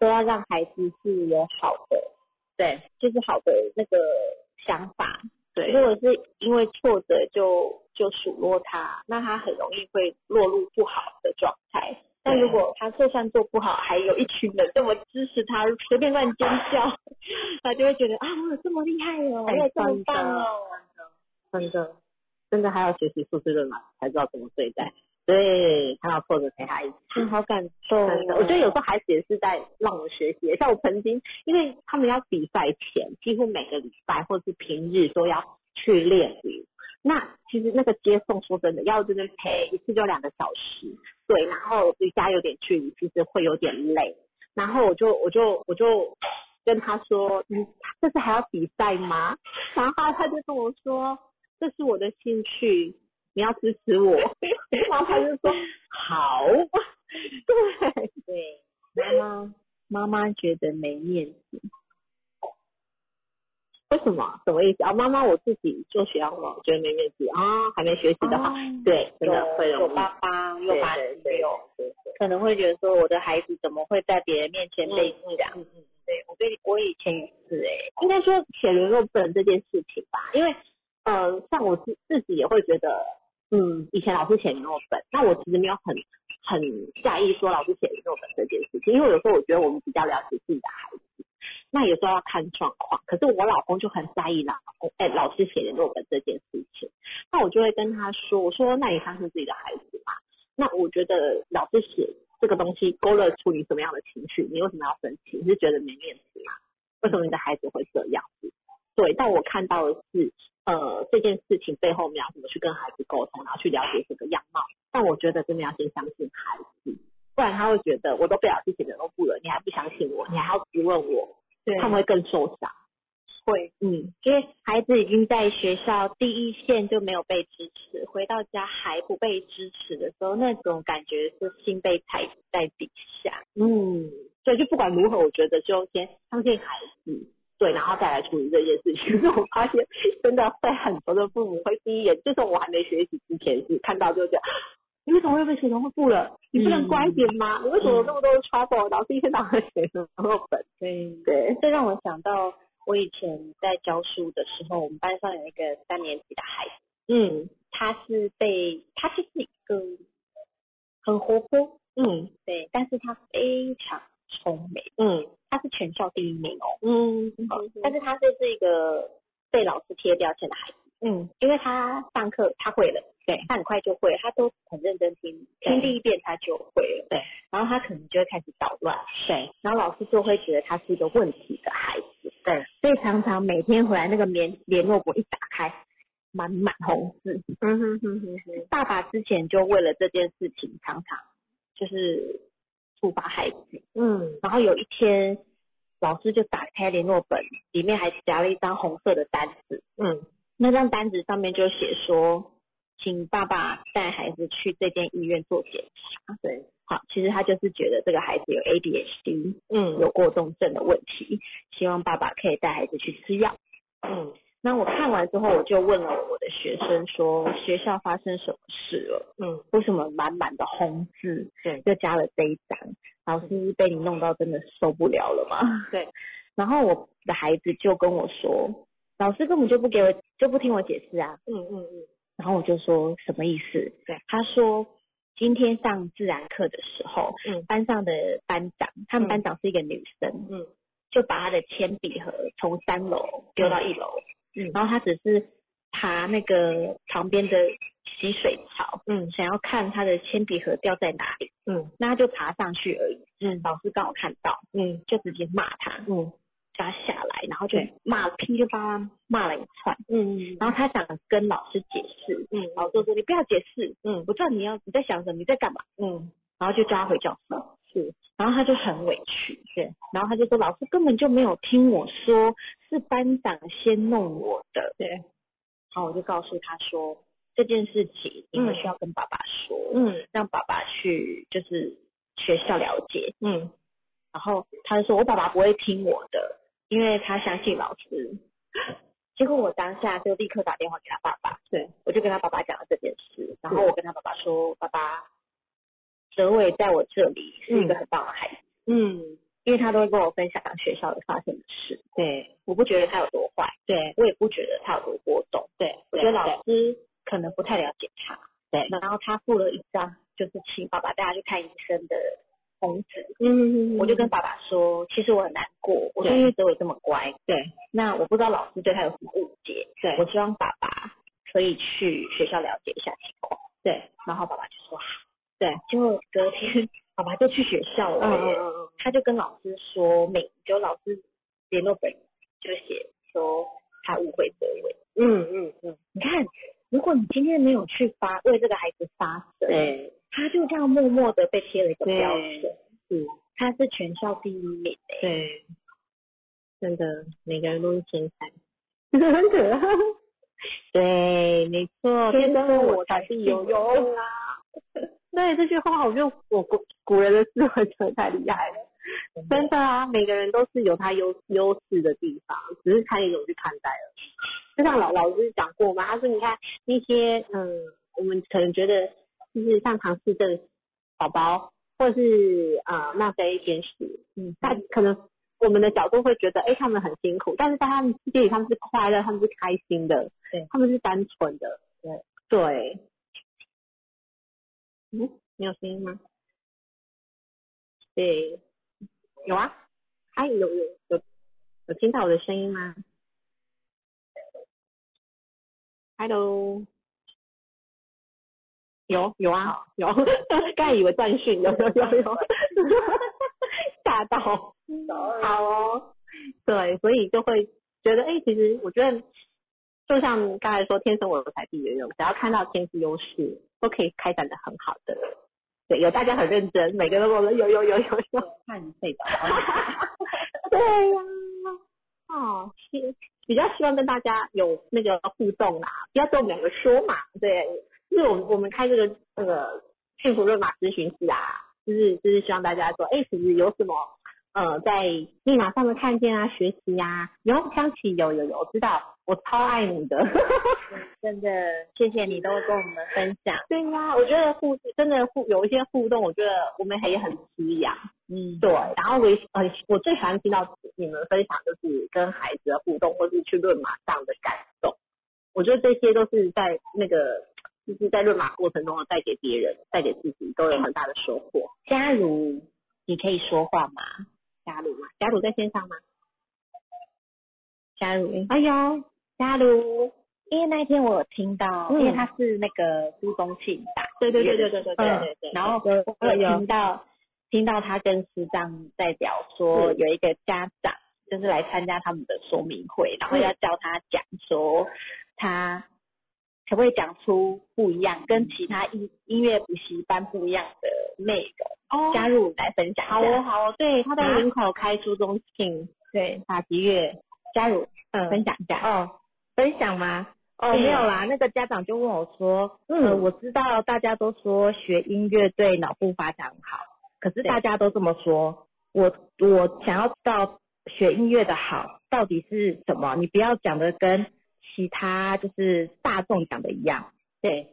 都要让孩子是有好的，对，就是好的那个想法。
对
如果是因为挫折就就数落他，那他很容易会落入不好的状态。但
对
如果他就算做不好，还有一群人这么支持他，随便乱尖叫，他就会觉得啊，我有这么厉害哦，我
哎
有这么
真的
棒哦。
真的真的还要学习素质论嘛，才知道怎么对待。对，看到挫折陪他一起。
嗯，好感动哦
真的，我觉得有时候孩子也是在让我学习。像我曾经，因为他们要比赛前，几乎每个礼拜或是平日都要去练舞。那其实那个接送，说真的，要真的陪一次就两个小时，对，然后离家有点距离，其实会有点累。然后我就我就我就跟他说，嗯，这次还要比赛吗？然后他就跟我说，这是我的兴趣，你要支持我。 然后他就说 好，对。
对，妈妈妈妈觉得没面子。
为什么？什么意思啊？妈妈，我自己做学校嘛，我觉得没面子啊，还没 学习的好，
哦
对，真的会
有
容
有
易。
爸爸，有
对
妈
对嗯
妈，有可能会觉得说我的孩子怎么会在别人面前被这样？对我对我以前也是哎、
应该说写联络本这件事情吧，因为呃，像我自自己也会觉得，嗯，以前老师写联络本，那我其实没有很很在意说老师写作本这件事情，因为有时候我觉得我们比较了解自己的孩子，那有时候要看状况。可是我老公就很在意老公哎、老师写作本这件事情，那我就会跟他说，我说那你相信自己的孩子嘛？那我觉得老师写这个东西勾勒出你什么样的情绪，你为什么要生气？你是觉得没面子吗？为什么你的孩子会这样子？对，但我看到的是，呃，这件事情背后我们要怎么去跟孩子沟通，然后去了解这个样貌。但我觉得真的要先相信孩子，不然他会觉得我都被老师写的都不了，你还不相信我，你还要质问我，
对
他们会更受伤。
会，嗯，因为孩子已经在学校第一线就没有被支持，回到家还不被支持的时候，那种感觉是心被踩在底下。
嗯，所以就不管如何，我觉得就先相信孩子，对，然后再来处理这件事情。 因为我发现真的会很多的父母会第一眼，就算我还没学习之前是看到就觉得。啊你为什么会被写农部了？你不能乖一点吗？你为什么有那么多的 trouble？老师一天到晚写农本？
对，
嗯
对，
这让我想到我以前在教书的时候，我们班上有一个三年级的孩子，
嗯
他是被他就是一个很活泼，
嗯
对，但是他非常聪明，
嗯
他是全校第一名哦，
嗯
但是他就是一个被老师贴标签的孩子，
嗯
因为他上课他会了，
对
他很快就会了，他都很认真听，
对
听第一遍他就会了，
对，
然后他可能就会开始捣乱，
对，
然后老师就会觉得他是一个问题的孩子，
对，
所以常常每天回来那个联联络簿一打开，满满红字。
嗯哼哼哼哼，
爸爸之前就为了这件事情，常常就是处罚孩子，
嗯
然后有一天。老师就打开联络本，里面还夹了一张红色的单子。
嗯
那张单子上面就写说，请爸爸带孩子去这间医院做检查。对，好，其实他就是觉得这个孩子有 ADHD，
嗯
有过动症的问题，希望爸爸可以带孩子去吃药。
嗯
那我看完之后，我就问了我的学生说，学校发生什么事了？
嗯，
为什么满满的红字，
对
又加了这一张？老师被你弄到真的受不了了吗？
对。
然后我的孩子就跟我说，老师根本就不给我，就不听我解释啊。
嗯嗯嗯，
然后我就说什么意思？
对，
他说今天上自然课的时候，
嗯
班上的班长，他们
嗯
班长是一个女生，
嗯，
就把她的铅笔盒从三楼丢到一楼，
嗯
然后她只是爬那个旁边的洗水槽，
嗯
想要看她的铅笔盒掉在哪里，
嗯
那她就爬上去而已，嗯，老师刚好看到，
嗯
就直接骂她，
嗯
叫她下来，然后就
对
骂噼里啪啦骂了一串，
嗯
然后她想跟老师解释，
嗯
老师就说你不要解释，
嗯
我知道你要你在想什么，你在干嘛，
嗯
然后就叫他回教室。是，然后他就很委屈，对，然后他就说老师根本就没有听我说，是班长先弄我的。
对，
然后我就告诉他说这件事情你们需要跟爸爸说，
嗯
让爸爸去就是学校了解。
嗯
然后他就说我爸爸不会听我的，因为他相信老师。 结果我当下就立刻打电话给他爸爸，
对，
我就跟他爸爸讲了这件事，然后我跟他爸爸说，爸爸，哲伟在我这里是一个很棒的孩子，
嗯，
因为他都会跟我分享学校的发生的事，
对
我不觉得他有多坏，
对
我也不觉得他有多波动，
对，
我觉得老师可能不太了解他，
对
然后他附了一张就是请爸爸带他去看医生的红纸，
嗯
我就跟爸爸说，其实我很难过，我说
对
因为哲伟这么乖，
对
那我不知道老师对他有什么误解，
对
我希望爸爸可以去学校了解一下情况。
对，
然后爸爸就说好，
对，
结果隔天爸爸就去学校了，
嗯嗯嗯嗯，
他就跟老师说明，就老师联络本就写说他误会责任。
嗯嗯嗯，
你看，如果你今天没有去发为这个孩子发声，
对
他就这样默默的被贴了一个标
对
签，
嗯
他是全校第一名、欸，
对，真的每个人都是天才， 真的， 对，没错，
天生
我
我材必有
用
用
啊。 对这句话，我就我古古人的智慧真的太厉害了，真的啊，每个人都是有他优优势的地方，只是看你怎么去看待而已。就像老老师讲过嘛，他说你看那些嗯，我们可能觉得就是像唐氏症宝宝，或是呃那非天使，嗯，但可能我们的角度会觉得，哎、他们很辛苦，但是在他们世界里，他们是快乐，他们是开心的，
对，
他们是单纯的，对，对。嗯，你有声音吗？对，
有啊，
哎，有有有有听到我的声音吗？Hello，
有有啊，
有， 刚才以为断讯，有有有 有，吓到，好哦，对，所以就会觉得，哎、其实我觉得，就像刚才说，天生我材必有用，只要看到天赋优势，都可以开展的很好的。对，有大家很认真，每个人都说有有有有有，
看你睡着。
对呀、哦，希比较希望跟大家有那个互动啦，不要对我们两个说嘛，对，就是我们我们开这个那个幸福论马咨询室啊，就是就是希望大家说，哎，其实有什么呃在密码上的看见啊、学习啊，然后想起有有有，知道我超爱你的，
真的，谢谢你都跟我们分享。
对呀、我觉得互真的互有一些互动，我觉得我们也很滋养。
嗯，
对，然后我也呃，我最喜欢听到你们分享就是跟孩子的互动，或是去论马上的感动。我觉得这些都是在那个就是在论马过程中带给别人、带给自己都有很大的收获。
假如你可以说话吗？
嘉鲁嘛，嘉鲁在线上吗？
假如，
哎呦，嘉鲁，
因为那一天我有听到，
嗯
因为他是那个朱宗庆打，
对对对对对对对
嗯
对对，
然后
有
我有听到听到他跟师长在聊
嗯
说，有一个家长就是来参加他们的说明会，然后要教他讲说他可不可以讲出不一样，跟其他音音乐补习班不一样的内容，
哦，
加入来分享一下。
好哦好哦，对，他在
啊
林口开初中庆
对，
打击乐，
加入
嗯
分享一下。
哦，分享吗？哦，
对
没有啦，那个家长就问我说，呃，我知道大家都说学音乐对脑部发展好，可是大家都这么说，我我想要知道学音乐的好到底是什么，你不要讲的跟其他就是大众讲的一样，对。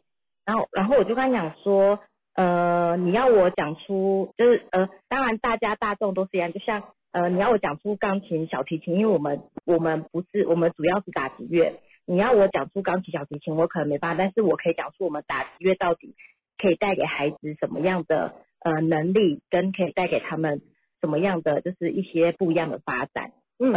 然后然后我就跟他讲说，呃，你要我讲出就是呃，当然大家大众都是一样，就像呃，你要我讲出钢琴、小提琴，因为我们我们不是我们主要是打击乐，你要我讲出钢琴、小提琴，我可能没办法，但是我可以讲出我们打击乐到底可以带给孩子什么样的呃能力，跟可以带给他们什么样的就是一些不一样的发展。嗯、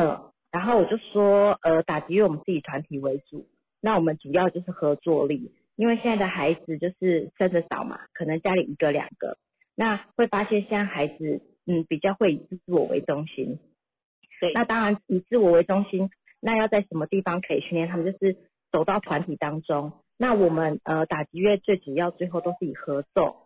然后我就说，呃，打击乐我们是以团体为主，那我们主要就是合作力，因为现在的孩子就是生的少嘛，可能家里一个两个，那会发现现在孩子嗯比较会以自我为中心。
对
那当然以自我为中心，那要在什么地方可以训练他们？就是走到团体当中。那我们呃打击乐最主要最后都是以合奏，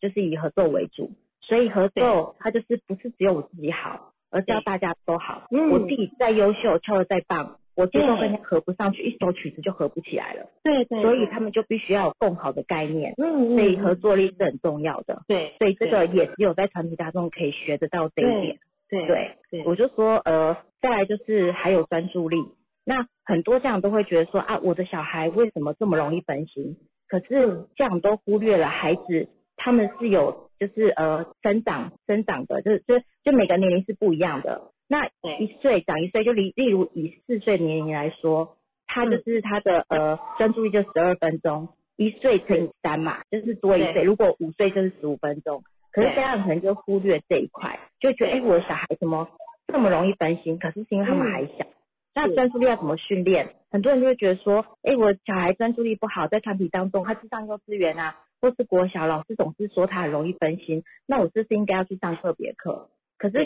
就是以合奏为主，所以合奏它就是不是只有我自己好，而是要大家都好。
嗯
我自己再优秀，跳得再棒，我最后
对
跟人家合不上去，一首曲子就合不起来了。
嗯对对，
所以他们就必须要有共好的概念，
嗯
所以合作力是很重要的。
对
所以这个也只有在团体当中可以学得到这一点。
对
对，
对
我就说呃，再来就是还有专注力。那很多家长都会觉得说啊，我的小孩为什么这么容易分心？可
嗯
是家长都忽略了孩子他们是有就是呃生长生长的，就是就就每个年龄是不一样的。那
对
一岁长一岁，就例例如以四岁年龄来说，他
嗯
就是他的、呃专注力就十二分钟，一岁乘以三嘛，就是多一岁。
对
如果五岁就是十五分钟，可是
对
家长可能就忽略这一块，就觉得哎、诶我的小孩怎么这么容易分心？可是是因为他们还小。那
嗯是
专注力要怎么训练？很多人就会觉得说，哎、我小孩专注力不好，在团体当中，他去上幼稚园啊，或是国小，老师总是说他很容易分心，那我是不是应该要去上特别课？可是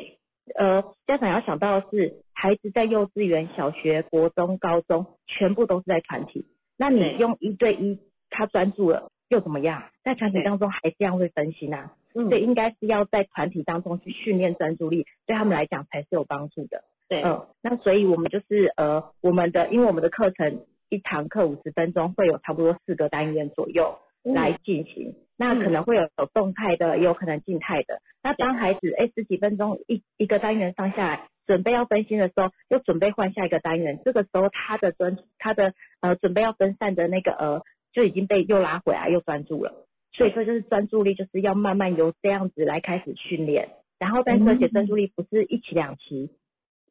呃，家长要想到的是，孩子在幼稚园、小学、国中、高中，全部都是在团体。那你
对
用一对一，他专注了又怎么样？在团体
对
当中还是一样会分心啊。
嗯
所以应该是要在团体当中去训练专注力，对他们来讲才是有帮助的。
对
嗯，那所以我们就是呃，我们的因为我们的课程一堂课五十分钟，会有差不多四个单元左右来进行。那可能会有有动态的，也有可能静态的。那当孩子哎十几分钟一一个单元上下来，准备要分心的时候，又准备换下一个单元，这个时候他的专他的呃准备要分散的那个呃就已经被又拉回来又专注了。所以说就是专注力就是要慢慢由这样子来开始训练，然后但是而且专注力不是一期两期。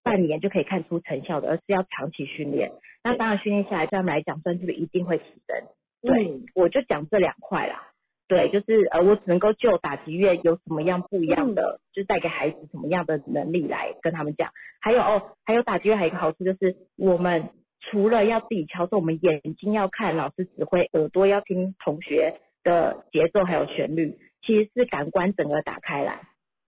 半年就可以看出成效的，而是要长期训练。那当然，训练下来对他们来讲，专注力一定会提升。对，我就讲这两块啦。
对，就是呃，我只能够就打击乐有什么样不一样的，就是带给孩子什么样的能力来跟他们讲。还有哦，还有打击乐还有一个好处就是，我们除了要自己敲奏，我们眼睛要看老师指挥，耳朵要听同学的节奏还有旋律，其实是感官整个打开来。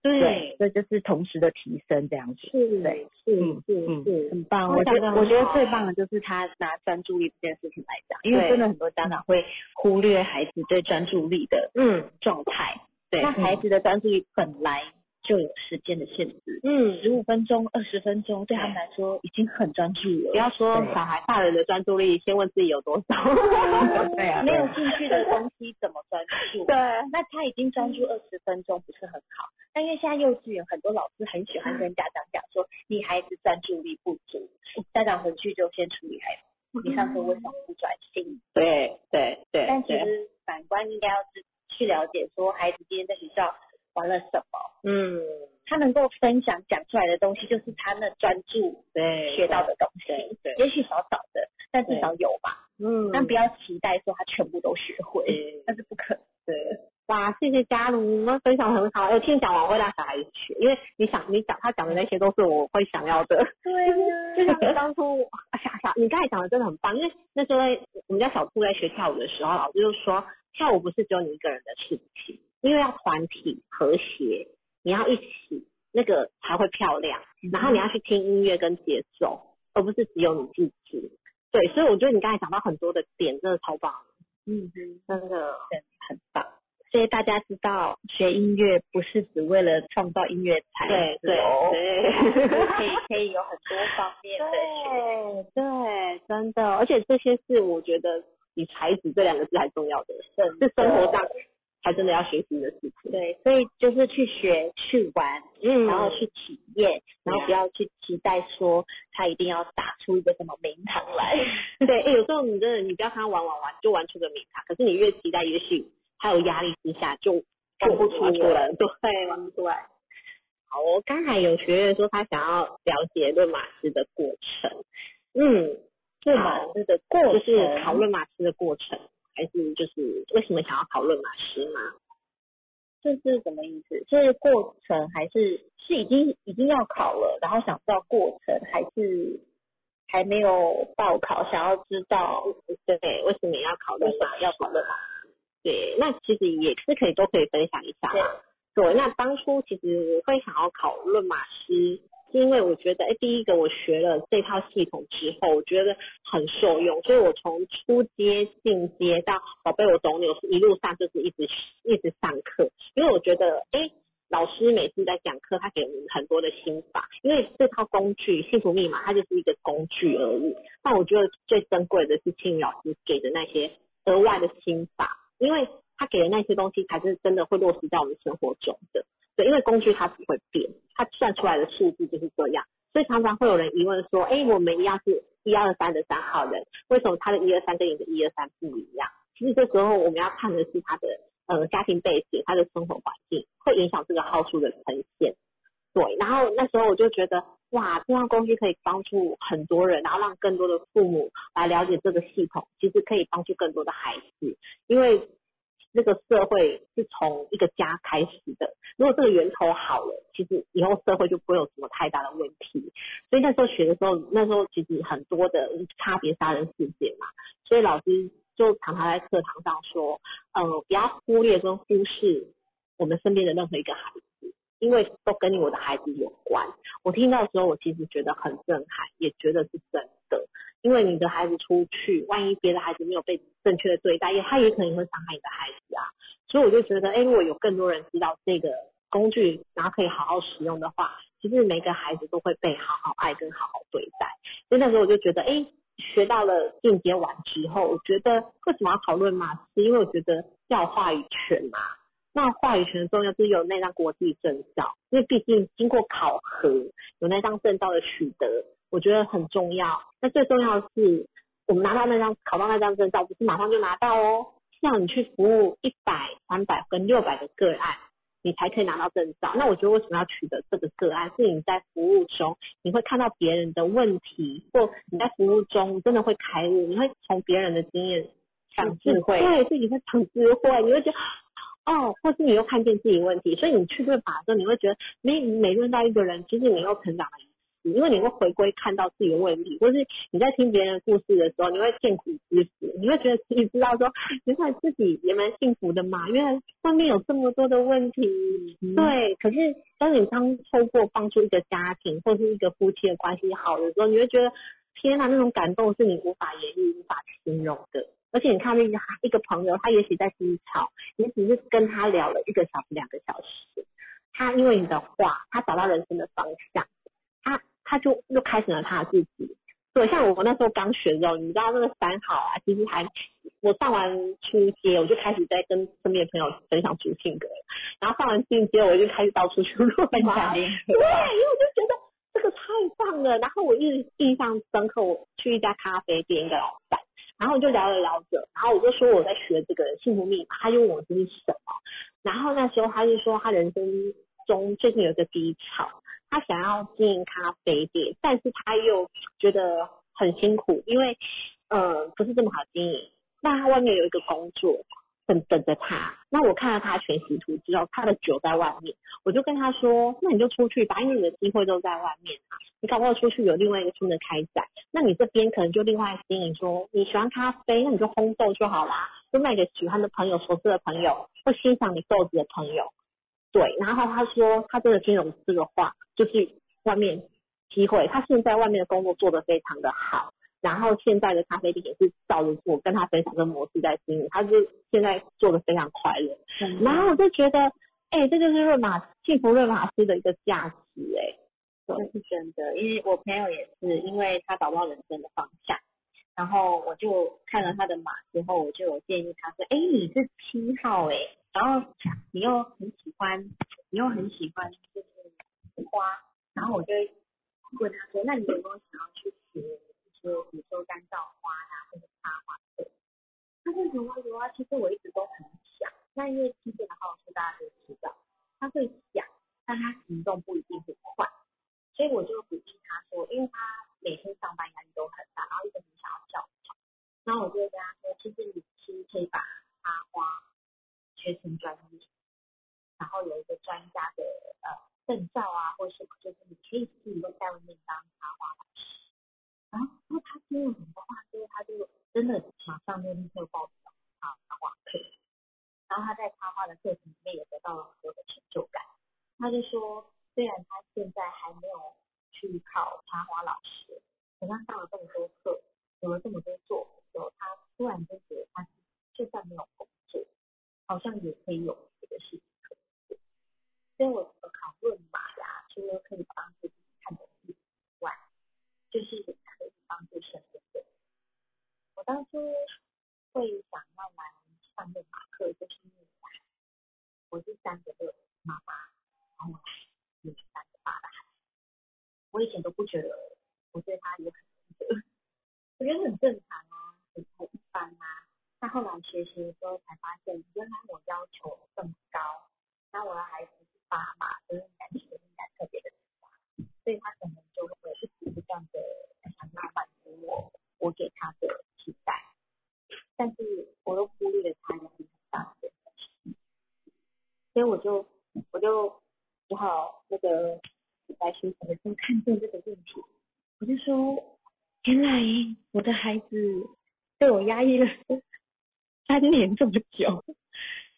对，这就是同时的提升这样子。
是
对
是
嗯
是
嗯
是，
很棒，我
讲得
觉得
很
我觉得
好
最棒的就是他拿专注力这件事情来讲，因为
对
真的很多家长会忽略孩子对专注力的
嗯，
状态。
对嗯
那孩子的专注力本来就有时间的限制，
嗯
十五分钟、二十分钟对他们来说已经很专注
不
了。
要说
对
小孩大人的专注力，先问自己有多 少。
对啊，
没
对
有
啊
兴趣的东西怎么专注？
对，
那他已经专注二十分钟不是很好，但因为现在幼稚园很多老师很喜欢跟家长讲说，你孩子专注力不足，家长回去就先处理孩子，你上课为什么不专心？
对对对
但其
对，
实反观应该要是去了解说孩子今天在学校玩了什么，
嗯，
他能够分享讲出来的东西，就是他那专注
对，
学到的东西，
对对
也许少少的，但至少有吧。
嗯，
但不要期待说他全部都学会，那是不可能。
哇，谢谢嘉如，你们分享得很好。哎我听你讲完，我会让小孩子学，因为你想，你讲他讲的那些都是我会想要的。
对呀
就像你当初，
哎
啊小小，你刚才讲的真的很棒，因为那时候在我们家小兔在学跳舞的时候，老师就说，跳舞不是只有你一个人的事情，因为要团体和谐，你要一起，那个才会漂亮。然后你要去听音乐跟节奏，而不是只有你自己。对，所以我觉得你刚才讲到很多的点，真的超棒，
嗯，
真的。
很棒。所以大家知道，学音乐不是只为了创造音乐才
对对
对，
对。
可以可以有很多方面的学习。
对对，真的，而且这些是我觉得比才子这两个字还重要的，是生活上才真的要学习的事情。
对，所以就是去学、去玩，
嗯
然后去体验，然后不要去期待说他一定要打出一个什么名堂来。
对，哎，有时候你真的，你不要看他玩玩玩，就玩出个名堂。可是你越期待，也许他有压力之下就做不出来，对，玩不出来。好哦，刚才有学员说他想要了解论马师的过程，嗯，
论马
好
师的过程
就是讨论马师的过程，还是就是为什么想要讨论马师嘛？
这是什么意思？是过程还是是已经已经要考了，然后想知道过程，还是还没有报考，想要知道
对，为什么要考虑
为什么要讨论马
对，那其实也是可以都可以分享一下啦。对，那当初其实我会想要考论马师，是因为我觉得，哎，第一个我学了这套系统之后，我觉得很受用，所以我从初阶、进阶到宝贝我懂你，我是一路上就是一直一直上课，因为我觉得，哎。老师每次在讲课，他给我们很多的心法，因为这套工具《幸福密码》它就是一个工具而已。但我觉得最珍贵的是青宇老师给的那些额外的心法，因为他给的那些东西才是真的会落实在我们生活中的。对，因为工具它不会变，它算出来的数字就是这样，所以常常会有人疑问说，哎，我们一样是一二三的三号人，为什么他的一二三跟你的一二三不一样？其实这时候我们要看的是他的呃家庭背景、他的生活环境，会影响这个号数的呈现。对，然后那时候我就觉得，哇，这样工具可以帮助很多人，然后让更多的父母来了解这个系统，其实可以帮助更多的孩子，因为这个社会是从一个家开始的。如果这个源头好了，其实以后社会就不会有什么太大的问题。所以那时候学的时候，那时候其实很多的差别杀人事件嘛，所以老师就常常在课堂上说，呃，不要忽略跟忽视我们身边的任何一个孩子，因为都跟你我的孩子有关。我听到的时候，我其实觉得很震撼，也觉得是真的。因为你的孩子出去，万一别的孩子没有被正确的对待，也他也可能会伤害你的孩子啊。所以我就觉得，哎，如果有更多人知道这个工具，然后可以好好使用的话，其实每个孩子都会被好好爱跟好好对待。所以那时候我就觉得，哎，学到了进阶完之后，我觉得为什么要讨论马斯？因为我觉得要有话语权嘛。那话语权的重要就是有那张国际证照，因为毕竟经过考核，有那张证照的取得，我觉得很重要。那最重要的是，我们拿到那张考到那张证照，不是马上就拿到哦，是要你去服务一百、三百跟六百个个案，你才可以拿到证照。那我觉得为什么要取得这个个案，是你在服务中，你会看到别人的问题，或你在服务中你真的会开悟，你会从别人的经验
长智慧
嗯对，自己会长智慧，你会觉得。哦，或是你又看见自己问题，所以你去对法的时候，你会觉得每每认到一个人，其实你又成长了一次，因为你会回归看到自己的问题，或是你在听别人的故事的时候，你会见苦知福，你会觉得自己知道说，原来自己也蛮幸福的嘛，原来外面有这么多的问题，
嗯
对。可是当你当透过帮助一个家庭或是一个夫妻的关系好的时候，你会觉得天呐，那种感动是你无法言喻、无法形容的。而且你看那个一个朋友，他也许在低潮，你只是跟他聊了一个小时、两个小时，他因为你的话，他找到人生的方向，他他就又开始了他自己。对，像我那时候刚学的时候，你知道那个三好啊，其实还我上完初阶，我就开始在跟身边的朋友分享主性格了，然后上完进阶，我就开始到处去乱
分
讲
享的，
对，因为我就觉得这个太棒了。然后我一直印象深刻，我去一家咖啡店，一个老板，然后就聊着聊着，然后我就说我在学这个幸福密码，他就问我这是什么。然后那时候他就说他人生中最近有一个低潮，他想要经营咖啡店，但是他又觉得很辛苦，因为呃不是这么好经营。那他外面有一个工作等等着他，那我看到他全息图之后，他的酒在外面，我就跟他说，那你就出去吧，因为你的机会都在外面啊，你搞不好出去有另外一个新的开展，那你这边可能就另外经营说，你喜欢咖啡，那你就烘豆就好啦，就卖给喜欢的朋友、熟知的朋友，或欣赏你豆子的朋友。对，然后他说他真的听懂这个话，就是外面机会，他现在外面的工作做得非常的好，然后现在的咖啡店也是照着我跟他分享的模式在经营，他就现在做的非常快乐。然后我就觉得，哎、这就是瑞玛幸福瑞玛师的一个价值、哎，
这是真的，因为我朋友也是，因为他找不到人生的方向，然后我就看了他的马之后，我就有建议他说，哎，你是七号哎，然后你又很喜欢，你又很喜欢就是花，然后我就问他说，那你有没有想要去学，就是比如说干燥花呀、或者插花课？他说有啊有啊，其实我一直都很想，那因为基本的好处大家都知道，他会想，但他行动不一定很快。所以我就鼓励他说，因为他每天上班压力都很大，然后一直很想要跳槽，然后我就跟他说，其实你其实可以把插花学成专业，然后有一个专家的呃证照啊或什么，就是你可以自己在外面当插花老师。然后因为他听了很多话之后，他就真的马上就立刻报名了插插花课，然后他在插花的课程里面也得到了很多的成就感。他就说，虽然他现在还没有去考插花老师，可他上了这么多课，有了这么多作品之后，他突然就觉得他就算没有工作，好像也可以有别的事情可以做。所以我的考论法呀，除了可以帮助自己看懂自己之外，就是也可以帮助身边的人。我当初会想要来上练马课，就是因为我是三个六妈妈。然后有三个爸爸。我以前都不觉得我对他有很多的，我觉得很正常啊，很很一般啊。但后来学习的时候才发现，原来我要求更高，那我的孩子是爸妈，所以感觉应该特别的大，所以他可能就会一直不断的想要满足我我给他的期待，但是我又忽略了他压力很大的东西，所以我就我就只好那个来学习的时候看见这个问题，我就说，原来我的孩子被我压抑了三年这么久，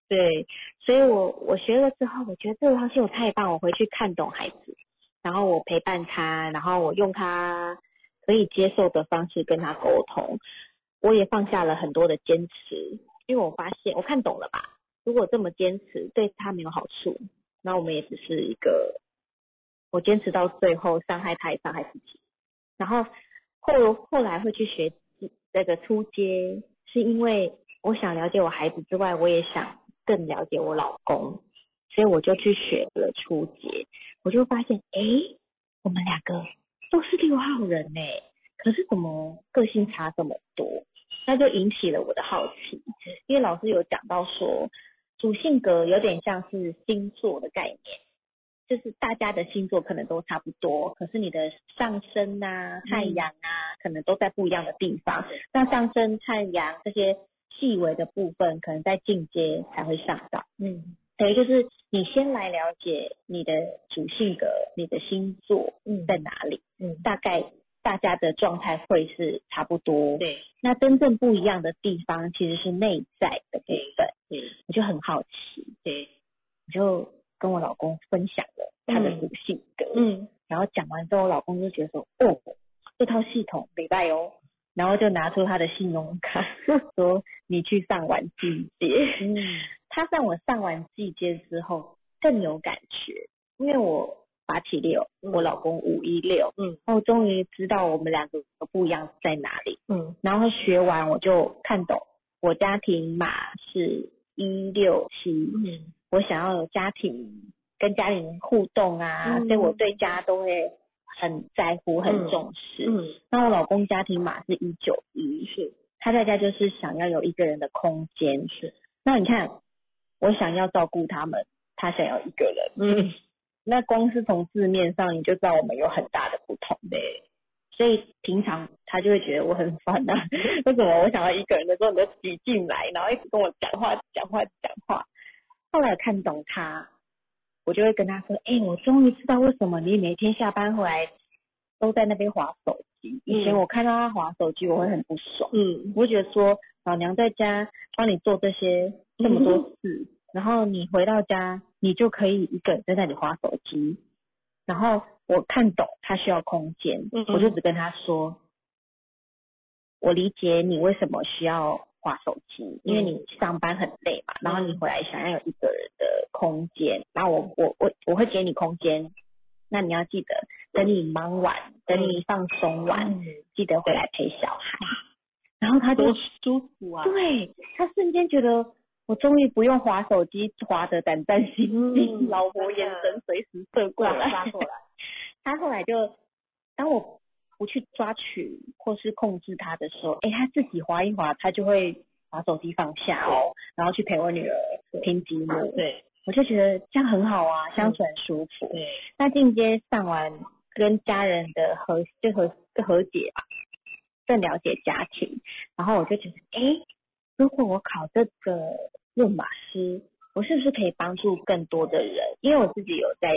对，所以我我学了之后，我觉得这个东西我太棒，我回去看懂孩子，然后我陪伴他，然后我用他可以接受的方式跟他沟通，我也放下了很多的坚持，因为我发现我看懂了吧，如果这么坚持对他没有好处，那我们也只是一个，我坚持到最后，伤害他也伤害自己。然后后后来会去学那个初阶，是因为我想了解我孩子之外，我也想更了解我老公，所以我就去学了初阶。我就发现，诶，我们两个都是六号人呢，可是怎么个性差这么多？那就引起了我的好奇，因为老师有讲到说，主性格有点像是星座的概念，就是大家的星座可能都差不多，可是你的上升啊、太阳啊，可能都在不一样的地方。那上升、太阳这些细微的部分，可能在进阶才会上到。
嗯
等于就是你先来了解你的主性格、你的星座
嗯
在哪里，
嗯
大概大家的状态会是差不多。
对，
那真正不一样的地方其实是内在的部分。
对，
我就很好奇，
对，
我就跟我老公分享了他的主性格，
嗯
然后讲完之后，我老公就觉得说，哦，这套系统礼拜哦，然后就拿出他的信用卡 说，你去上完季节。
嗯
他让我上完季节之后更有感觉，因为我八七六，我老公五一六，
嗯，
然后我终于知道我们两个不一样在哪里。
嗯
然后学完我就看懂，我家庭码是一六七，
嗯
我想要有家庭跟家里人互动啊，
嗯
所以我对家都会很在乎、很重视。
嗯
那我老公家庭码是一九一，
是
他在家就是想要有一个人的空间，是。那你看，我想要照顾他们，他想要一个人，
嗯
那光是从字面上你就知道我们有很大的不同呗。所以平常他就会觉得我很烦呐、 为什么我想要一个人的时候你就挤进来，然后一直跟我讲话讲话讲话。后来看懂他，我就会跟他说：“哎、我终于知道为什么你每天下班回来都在那边划手机。以前我看到他划手机，我会很不爽，
嗯
我会觉得说老娘在家帮你做这些这么多事，然后你回到家，你就可以一个人在那里划手机。然后我看懂他需要空间，
嗯嗯
我就只跟他说，我理解你为什么需要划手机，
嗯
因为你上班很累嘛，然后你回来想要有一个人的空间，然后我我我我会给你空间，那你要记得等你忙完，等你放松完，
嗯
记得回来陪小孩。然后他就
多舒服啊！
对他瞬间觉得我终于不用划手机划得胆战心惊，
嗯
老婆眼神随时射过来，
抓 过来。
他后来就，当我不去抓取或是控制他的时候，哎，他自己划一划，他就会把手机放下哦，然后去陪我女儿拼积木。
对，
我就觉得这样很好啊，相处很舒服。
对，
那进阶上完跟家人的和就和和解吧，更了解家庭，然后我就觉得，诶，如果我考这个论马师，我是不是可以帮助更多的人？因为我自己有在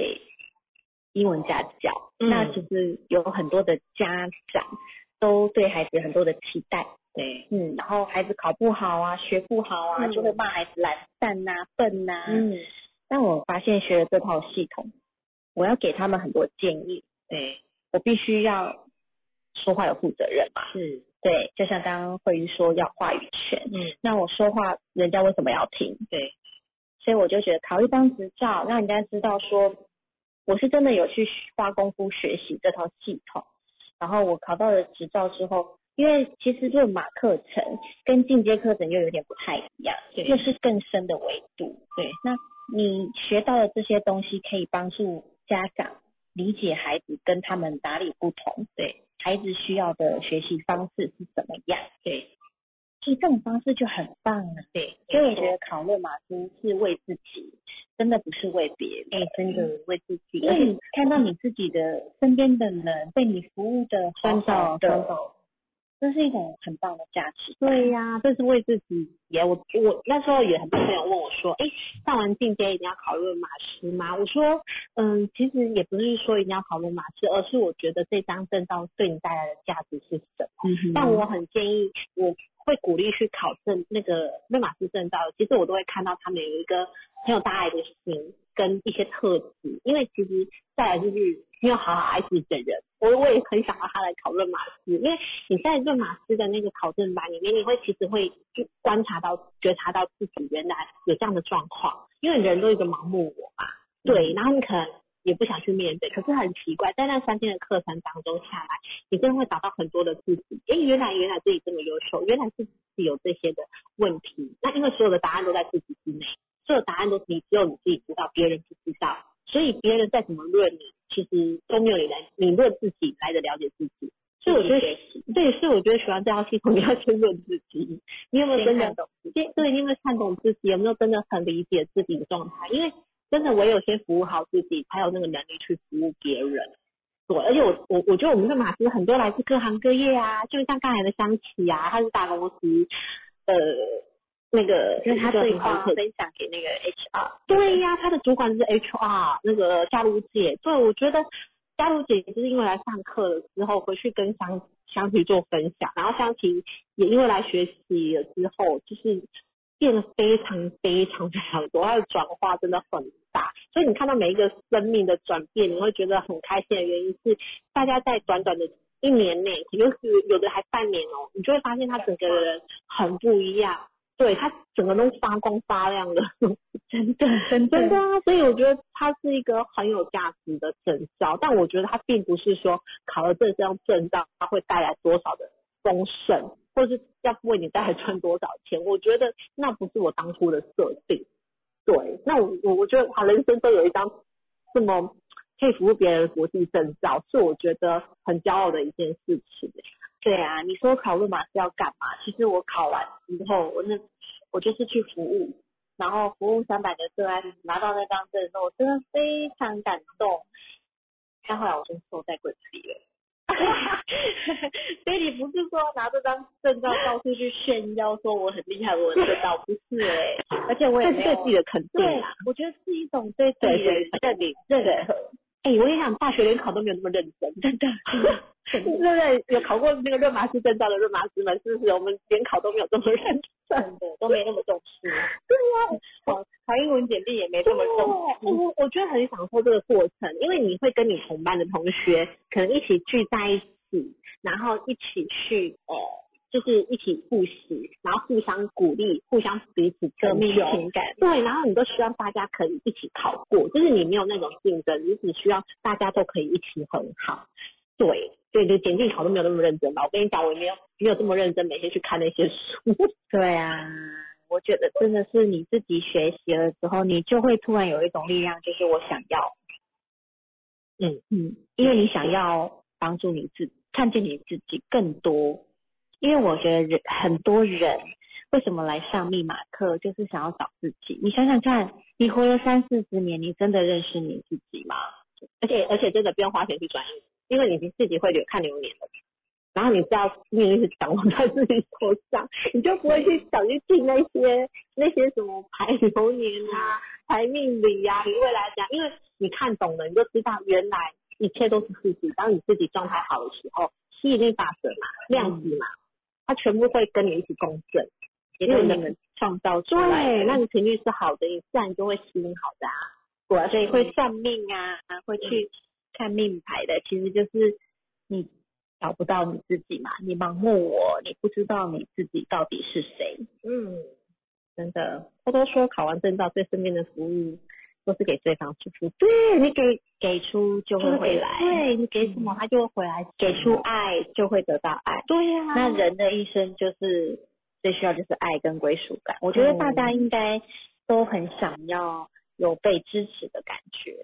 英文家教，
嗯
那其实有很多的家长都对孩子很多的期待，
对，
嗯，然后孩子考不好啊，学不好啊，
嗯
就会骂孩子懒散呐、笨呐、
嗯
但我发现学了这套系统，我要给他们很多建议，
对，
我必须要说话有负责任嘛。
是，
对，就像刚刚慧瑜说要话语权，
嗯，
那我说话人家为什么要听？
对，
所以我就觉得考一张执照，让人家知道说我是真的有去花功夫学习这套系统。然后我考到了执照之后，因为其实论马课程跟进阶课程又有点不太一样，
对
又是更深的维度。
对，
那你学到的这些东西可以帮助家长理解孩子跟他们哪里不同，对孩子需要的学习方式是怎么样，
对，
所以这种方式就很棒啊。
对，
所以我觉得考勒马斯是为自己，真的不是为别人。哎、真的为自己，因为你看到你自己的身边的人被你服务的好好的，这是一种很棒的价值。嗯
对呀、这是为自己也我我那时候也很多朋友问我说，哎，上完进阶一定要考论马师吗？我说，嗯，其实也不是说一定要考论马师，而是我觉得这张证照对你带来的价值是什么。
嗯
但我很建议，我会鼓励去考证那个论马师证照。其实我都会看到他们有一个很有大爱的心跟一些特质，因为其实再来就是你有好好爱自己的人。我我也很想要他来考论马师，因为你在论马师的那个考证班里面，你会其实会去观察到、觉察到自己原来有这样的状况，因为人都有一个盲目我嘛，对，然后你可能也不想去面对，可是很奇怪，在那三天的课程当中下来，你真的会找到很多的自己，诶，原来原来自己这么优秀，原来是自己有这些的问题，那因为所有的答案都在自己之内，所有答案都是你只有你自己知道，别人不知道，所以别人再怎么论你，其实都没有你来你论自己来的了解自己。所以我觉得，对，所以我觉得学完这套系统，你要先论自己，你有没有真的先对，你有没有看懂自己，有没有真的很理解自己的状态？因为真的唯有先服务好自己，才有那个能力去服务别人。对，而且我我我觉得我们的马师很多来自各行各业啊，就像刚才的香琪啊，他是大公司，呃，那个
因为他
这
这
一
一块
块分享给那个 HR。对呀、他的主管是 HR 那个嘉如姐。对，我觉得嘉如姐就是因为来上课了之后，回去跟香香琪做分享，然后香琪也因为来学习了之后，就是变得非常非常非常多，她的转化真的很大。所以你看到每一个生命的转变，你会觉得很开心的原因是，大家在短短的一年内，尤其有的还半年哦，你就会发现他整个人很不一样。对他整个都发光发亮的， 真的真的真的啊！所以我觉得他是一个很有价值的证照，但我觉得他并不是说考了这张证照，它会带来多少的丰盛，或是要为你带来赚多少钱。我觉得那不是我当初的设定。对，那我我我觉得他人生都有一张这么可以服务别人的国际证照，是我觉得很骄傲的一件事情。欸
对啊，你说考论码是要干嘛？其实我考完之后，我那我就是去服务，然后服务三百个个案，拿到那张证之后，我真的非常感动。但后来我就坐在柜子里了。所以你不是说拿这张证照到处去炫耀，说我很厉害，我的证照不是哎、 而且我也
欸这是
没
对
有
自己的肯定
对
啊。，
我觉得是一种对自
对
己的
对
认认可。
哎、我跟你讲，大学联考都没有那么认真，真的。对不对？有考过那个论马师证照的论马师们，是不是我们联考都没有这么认真？
真的都没那么重视。对呀、考考英文简历也没这么重视。
对，我我觉得很享受这个过程，因为你会跟你同班的同学可能一起聚在一起，然后一起去呃，就是一起复习，然后互相鼓励，互相彼此
革
成
命
就
情感，
对，然后你都希望大家可以一起考过，就是你没有那种竞争，你只需要大家都可以一起很好。对，对，你的简历考都没有那么认真吧？我跟你讲，我也没有没有这么认真，每天去看那些书。
对啊，我觉得真的是你自己学习了之后，你就会突然有一种力量，就是我想要，
嗯
嗯，因为你想要帮助你自看见你自己更多，因为我觉得人很多人为什么来上密码课，就是想要找自己。你想想看，你活了三四十年，你真的认识你自己吗？
而且而且真的不用花钱去转运，因为你已经自己会流看流年了，然后你知道命运是掌握在自己手上，你就不会去想去记那些那些什么排流年啊、排命理啊，你未来讲，因为你看懂了，你就知道原来一切都是自己。当你自己状态好的时候，吸引力法则嘛、量子嘛，它全部会跟你一起共振。
嗯也是你们创造出来的。
对，那你频率是好的，你自然就会吸引好的啊。
果所以
嗯
会算命啊，会去看命牌的，其实就是你找不到你自己嘛，你盲目我，你不知道你自己到底是谁。
嗯，真的，他都说考完证照对身边的服务都是给对方付出，对你给
给出就会回来，嗯
对你给什么他就会回来，
给出爱就会得到爱。
对呀、
那人的一生就是最需要就是爱跟归属感。我觉得大家应该都很想要有被支持的感觉，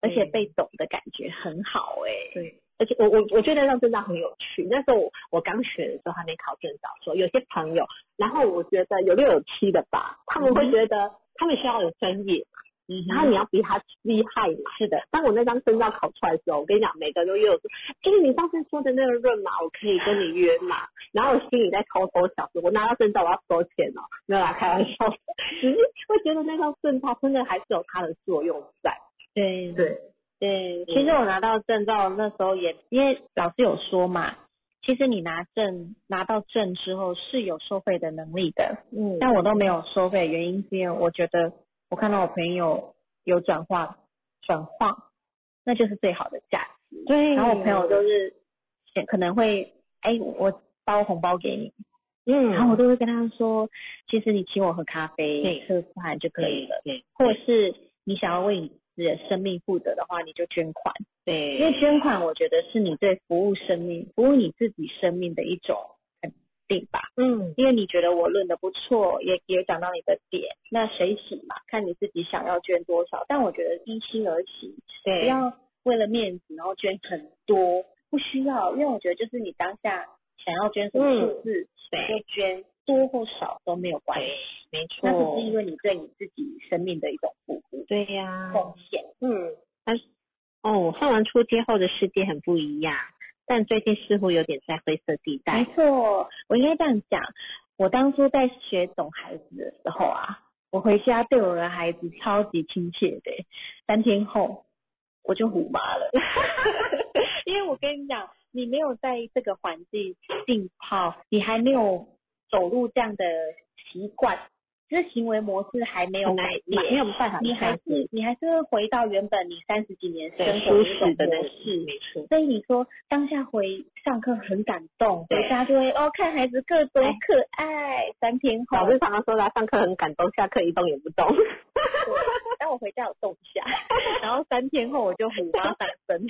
而且被懂的感觉很好哎、
对，而且我我我觉得让证照很有趣。那时候我我刚学的时候还没考证照，说有些朋友，然后我觉得有六有七的吧，他们会觉得、他们需要有专业，
嗯
然后你要比他厉害嘛。嗯是的。当我那张证照考出来的时候，我跟你讲，每个都又有说，就是你上次说的那个论嘛，我可以跟你约嘛。然后我心里在偷偷想说，我拿到证照我要收钱哦，没有啦，开玩 笑的。只是会觉得那张证照真的还是有它的作用在。
对
对
对，其实我拿到证照那时候也，因为老师有说嘛，其实你拿证拿到证之后是有收费的能力的，
嗯
但我都没有收费，原因是因为我觉得我看到我朋友有转化转化，那就是最好的价值。
对
然后我朋友就是可能会，哎、我包红包给你，
嗯
然后我都会跟他说，其实你请我喝咖啡、
对
吃饭就可以了，
对
或者是你想要为你的生命负责的话，你就捐款，
对
因为捐款我觉得是你对服务生命、服务你自己生命的一种肯定吧。
嗯
因为你觉得我论的不错，也也讲到你的点，那谁起嘛，看你自己想要捐多少。但我觉得依心而起，不
对
要为了面子然后捐很多，不需要，因为我觉得就是你当下想要捐什么数字，
嗯对
你就捐多或少都没有关系，
没
那只是因为你对你自己生命的一种服务
对呀、
贡献。
嗯，但是哦，上完初阶后的世界很不一样，但最近似乎有点在灰色地带。
没错，我应该这样讲，我当初在学懂孩子的时候啊，我回家对我的孩子超级亲切的欸、三天后我就虎妈了， 因为我跟你讲，你没有在这个环境浸泡，你还没有走入这样的习惯，这行为模式还没有
很难
改
没
变，
没有办法
你还
下
是你还是会回到原本你三十几年生
对
活
舒
的那种
适的那
模
个
式，
没错。
所以你说当下回上课很感动，
对
回家就会哦看孩子各种可爱，三天后
老，师常常说他上课很感动，下课一动也不动。
但我回家有动一下， 然后三天后我就虎妈上身，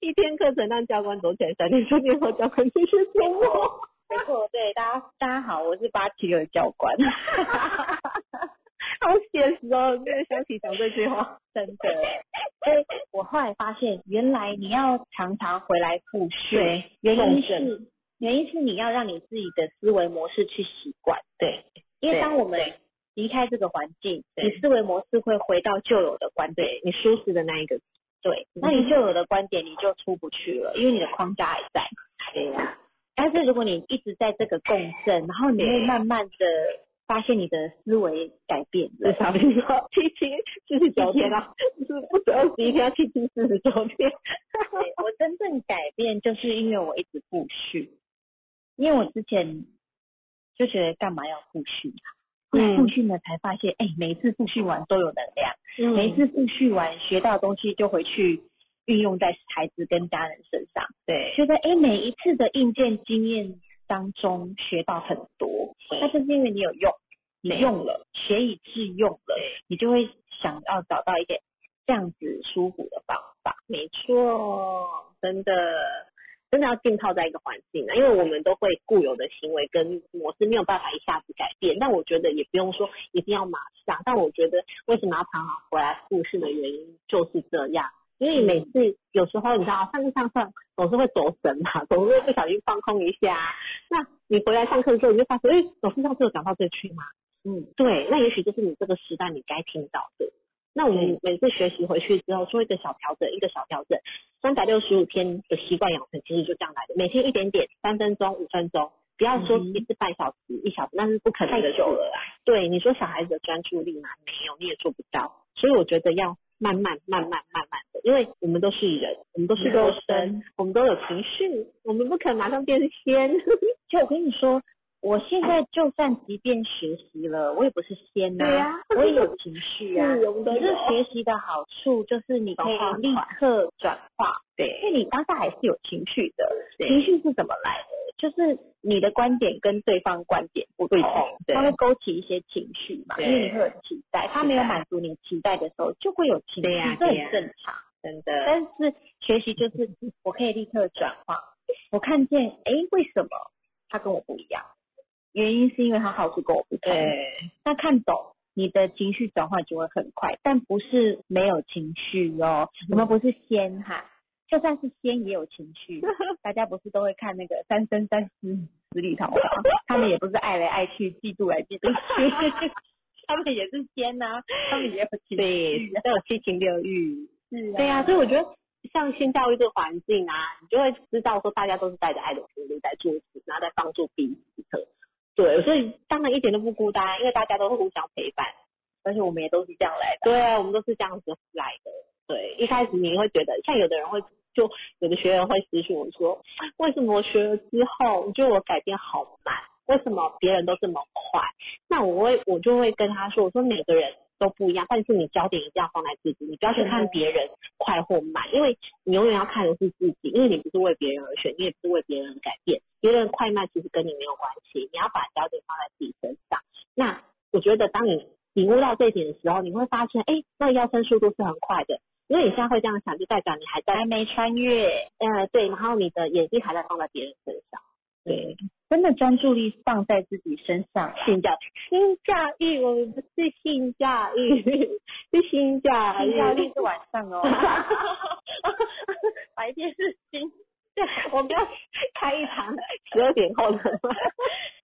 一天课程让教官走起来三天，三天后教官继续 做我。
没错，对大家大家好，我是八七六的教官，
好写实哦，真的想起讲这句话。
真的，所以我后来发现，原来你要常常回来复训，原因
共
是
振
原因是你要让你自己的思维模式去习惯，
对，
因为
对
当我们
对
离开这个环境，
对
你思维模式会回到旧有的观点，
你舒适的那一个。
对，
嗯
那你旧有的观点你就出不去了，因为你的框架还在。
对
啊
呀、
但是如果你一直在这个共振，然后你会
对
慢慢的发现你的思维改变
至
了。
少你要七七四十九天啊，就是不止二十一天，要七七四十九天。
对我真正改变就是因为我一直复训，因为我之前就觉得干嘛要复训啊？后来
嗯
复训了才发现，哎、每一次复训完都有能量，
嗯
每一次复训完学到的东西就回去运用在孩子跟家人身上。
对，
觉得诶每一次的硬件经验当中学到很多，那就是因为你有用，你用了，学以致用了，你就会想要找到一个这样子舒服的方法。
没错，真的真的要浸泡在一个环境啊，因为我们都会固有的行为跟模式没有办法一下子改变，但我觉得也不用说一定要马上，但我觉得为什么要常常回来复试的原因就是这样。因为每次有时候你知道上课上课总是会走神嘛， 总是会不小心放空一下。那你回来上课的时候，你就发现，哎，老师上次有讲到这句吗？嗯，对，那也许就是你这个时代你该听到的。那我们每次学习回去之后，做一个小调整，一个小调整，三百六十五天的习惯养成其实就这样来的，每天一点点，三分钟、五分钟，不要说一次半小时、一小时，那是不可能的事。
了，
对，你说小孩子的专注力嘛，没有，你也做不到。所以我觉得要慢慢、慢慢、慢慢的，因为我们都是人，我们都是肉身，我们都有情绪，我们不可能马上变仙。
就我跟你说，我现在就算即便学习了，我也不是仙呐、
对啊
我也有情绪啊。
是我们都
可是
有
学习的好处就是你可以
转化
立刻转化，
对，
因为你当下还是有情绪的，
对
情绪是怎么来的？就是你的观点跟对方观点不同，
对
它会勾起一些情绪嘛，因
对
为你会有期待，他没有满足你期待的时候，就会有情绪，
对呀
这很
对呀
正常。
真的，
但是学习就是 我可以立刻转化，我看见诶，为什么他跟我不一样？原因是因为他好处跟我不同，
对，
那看懂，你的情绪转换就会很快，但不是没有情绪哦，
嗯
我们不是仙哈，就算是仙也有情 绪。大家不是都会看那个《三生三世十里 桃花》，他们也不是爱来爱去，嫉妒来嫉妒去，他们也是仙呐、他们也有情绪。啊
对，都有七情六欲。
是
对啊，所以我觉得像新教育这个环境啊，你就会知道说大家都是带着爱的心力在做事，然后在帮助彼此的。对，所以当然一点都不孤单，因为大家都会互相陪伴。
而且我们也都是这样来的。
对啊，我们都是这样子来的。对，一开始你会觉得，像有的人会，就有的学员会私讯我说，为什么我学了之后，我觉得我改变好慢？为什么别人都这么快？那我会，我就会跟他说，我说每个人都不一样，但是你焦点一定要放在自己，你不要去看别人快或慢，因为你永远要看的是自己，因为你不是为别人而学，你也不是为别人而改变，别人快慢其实跟你没有关系，你要把焦点放在自己身上。那我觉得当你领悟到这一点的时候，你会发现，哎，那个腰身速度是很快的，因为你现在会这样想，就代表你还在
还没穿越，
呃对，然后你的眼睛还在放在别人身上，对，
真的专注力放在自己身上，
性教嗯性教育，我们不是性教育，是性教育，
性教育是晚上 哦，白天是心
对，我们要开一场十二点后的。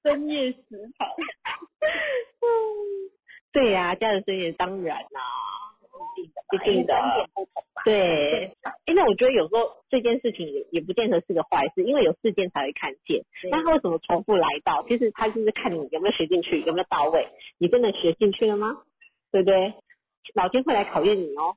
深夜食堂。
对呀、家人生也当然啦、一定的，
因为 观点不同嘛，
对，哎，那我觉得有时候这件事情也也不见得是个坏事，因为有事件才会看见。那他为什么重复来到？其实他就是看你有没有学进去，有没有到位。你真的学进去了吗？对不对？老天会来考验你哦。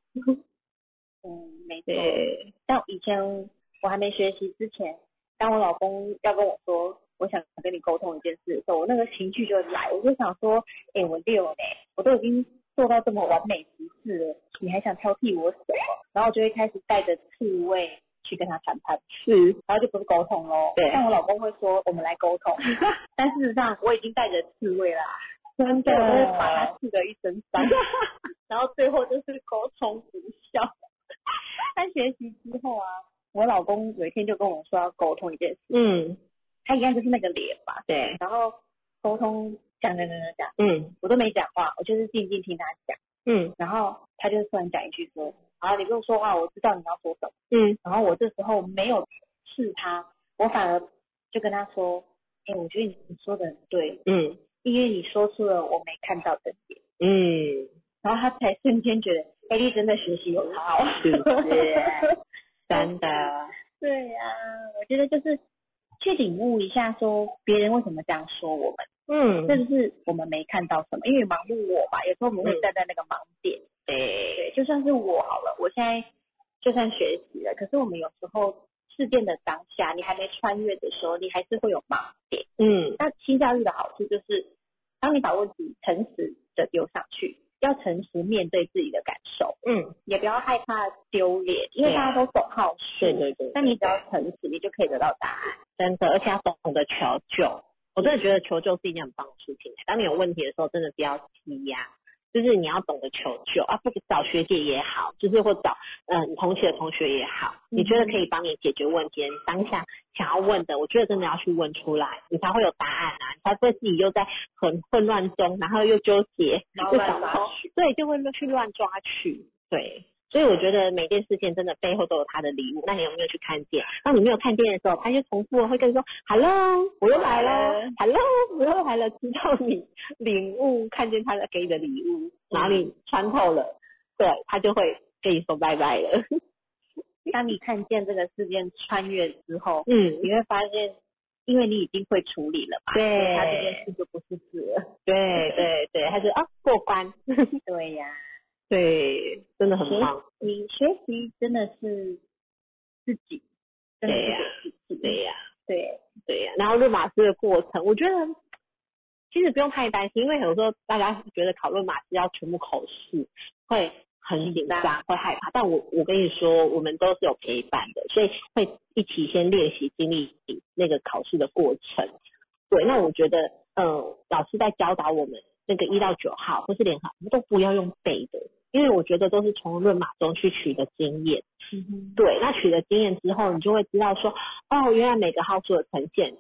嗯，没错。
对，
像以前我还没学习之前，当我老公要跟我说我想跟你沟通一件事的时候，我那个情绪就来，我就想说，哎、我六嘞，我都已经做到这么完美极致了，你还想挑剔我什么？然后我就会开始带着刺猬去跟他谈判，
是
然后就不是沟通喽。
对
像我老公会说我们来沟通，但事实上我已经带着刺猬啦，
真
对，我就是把他刺了一身 伤，然后最后就是沟通无 效。他学习之后啊，我老公有一天就跟我说要沟通一件事，
嗯，
他一样就是那个脸嘛，
对，
然后沟通讲讲讲讲讲，
嗯
我都没讲话，我就是静静听他讲，
嗯
然后他就突然讲一句说，啊你不用说话，我知道你要说什么，
嗯，
然后我这时候没有刺他，我反而就跟他说，哎、我觉得你说的很对，
嗯
因为你说出了我没看到的点。
嗯，
然后他才瞬间觉得，哎、丽真的学习有哦好，
是不是真的，
对呀、我觉得就是去领悟一下，说别人为什么这样说我们，
嗯，
甚至是我们没看到什么，因为盲目我嘛，有时候我们会站在那个盲点。
嗯对，
对，就算是我好了，我现在就算学习了，可是我们有时候事件的当下，你还没穿越的时候，你还是会有盲点。
嗯
那新教育的好处就是，当你把问题诚实的丢上去，要诚实面对自己的感受，
嗯，
也不要害怕丢脸，因为
对
大家都懂好事。
嗯对对对，
那你只要诚实，你就可以得到答案。
真的，而且要懂得求救。我真的觉得求救是一件很棒的事情。欸当你有问题的时候，真的不要急呀、就是你要懂得求救啊，不找学姐也好，就是或找嗯、呃你同学的同学也好，你觉得
嗯
可以帮你解决问题，你当下想要问的，我觉得真的要去问出来，你才会有答案啊，你才不会自己又在很混乱中，然后又纠结，
然后
又
乱
找
抓
不对，就会去乱抓取，对。所以我觉得每件事情真的背后都有它的礼物，那你有没有去看见？当你没有看见的时候，它就重复了会跟你说 “hello，我又来了，hello，我又来了”，直到你领悟看见它的给你的礼物，然后你穿透了，对，它就会跟你说拜拜了。
当你看见这个事件穿越之后，
嗯，
你会发现，因为你已经会处理了嘛，
对
所以它这件事就不是事了。
对对对，它就啊过关，
对呀、
对，真的很棒，
你学习真的是自己，真的
对呀
是给自己。
对呀、
对
对呀、然后论马师的过程，我觉得其实不用太担心，因为有时候大家觉得考论马师要全部口试，会很紧张，会害怕。但我我跟你说，我们都是有陪伴的，所以会一起先练习经历那个考试的过程。对，那我觉得，嗯，老师在教导我们那个一到九号或是联考，我们都不要用背的，因为我觉得都是从论马中去取得经验。对，那取得经验之后，你就会知道说，哦，原来每个号数的呈现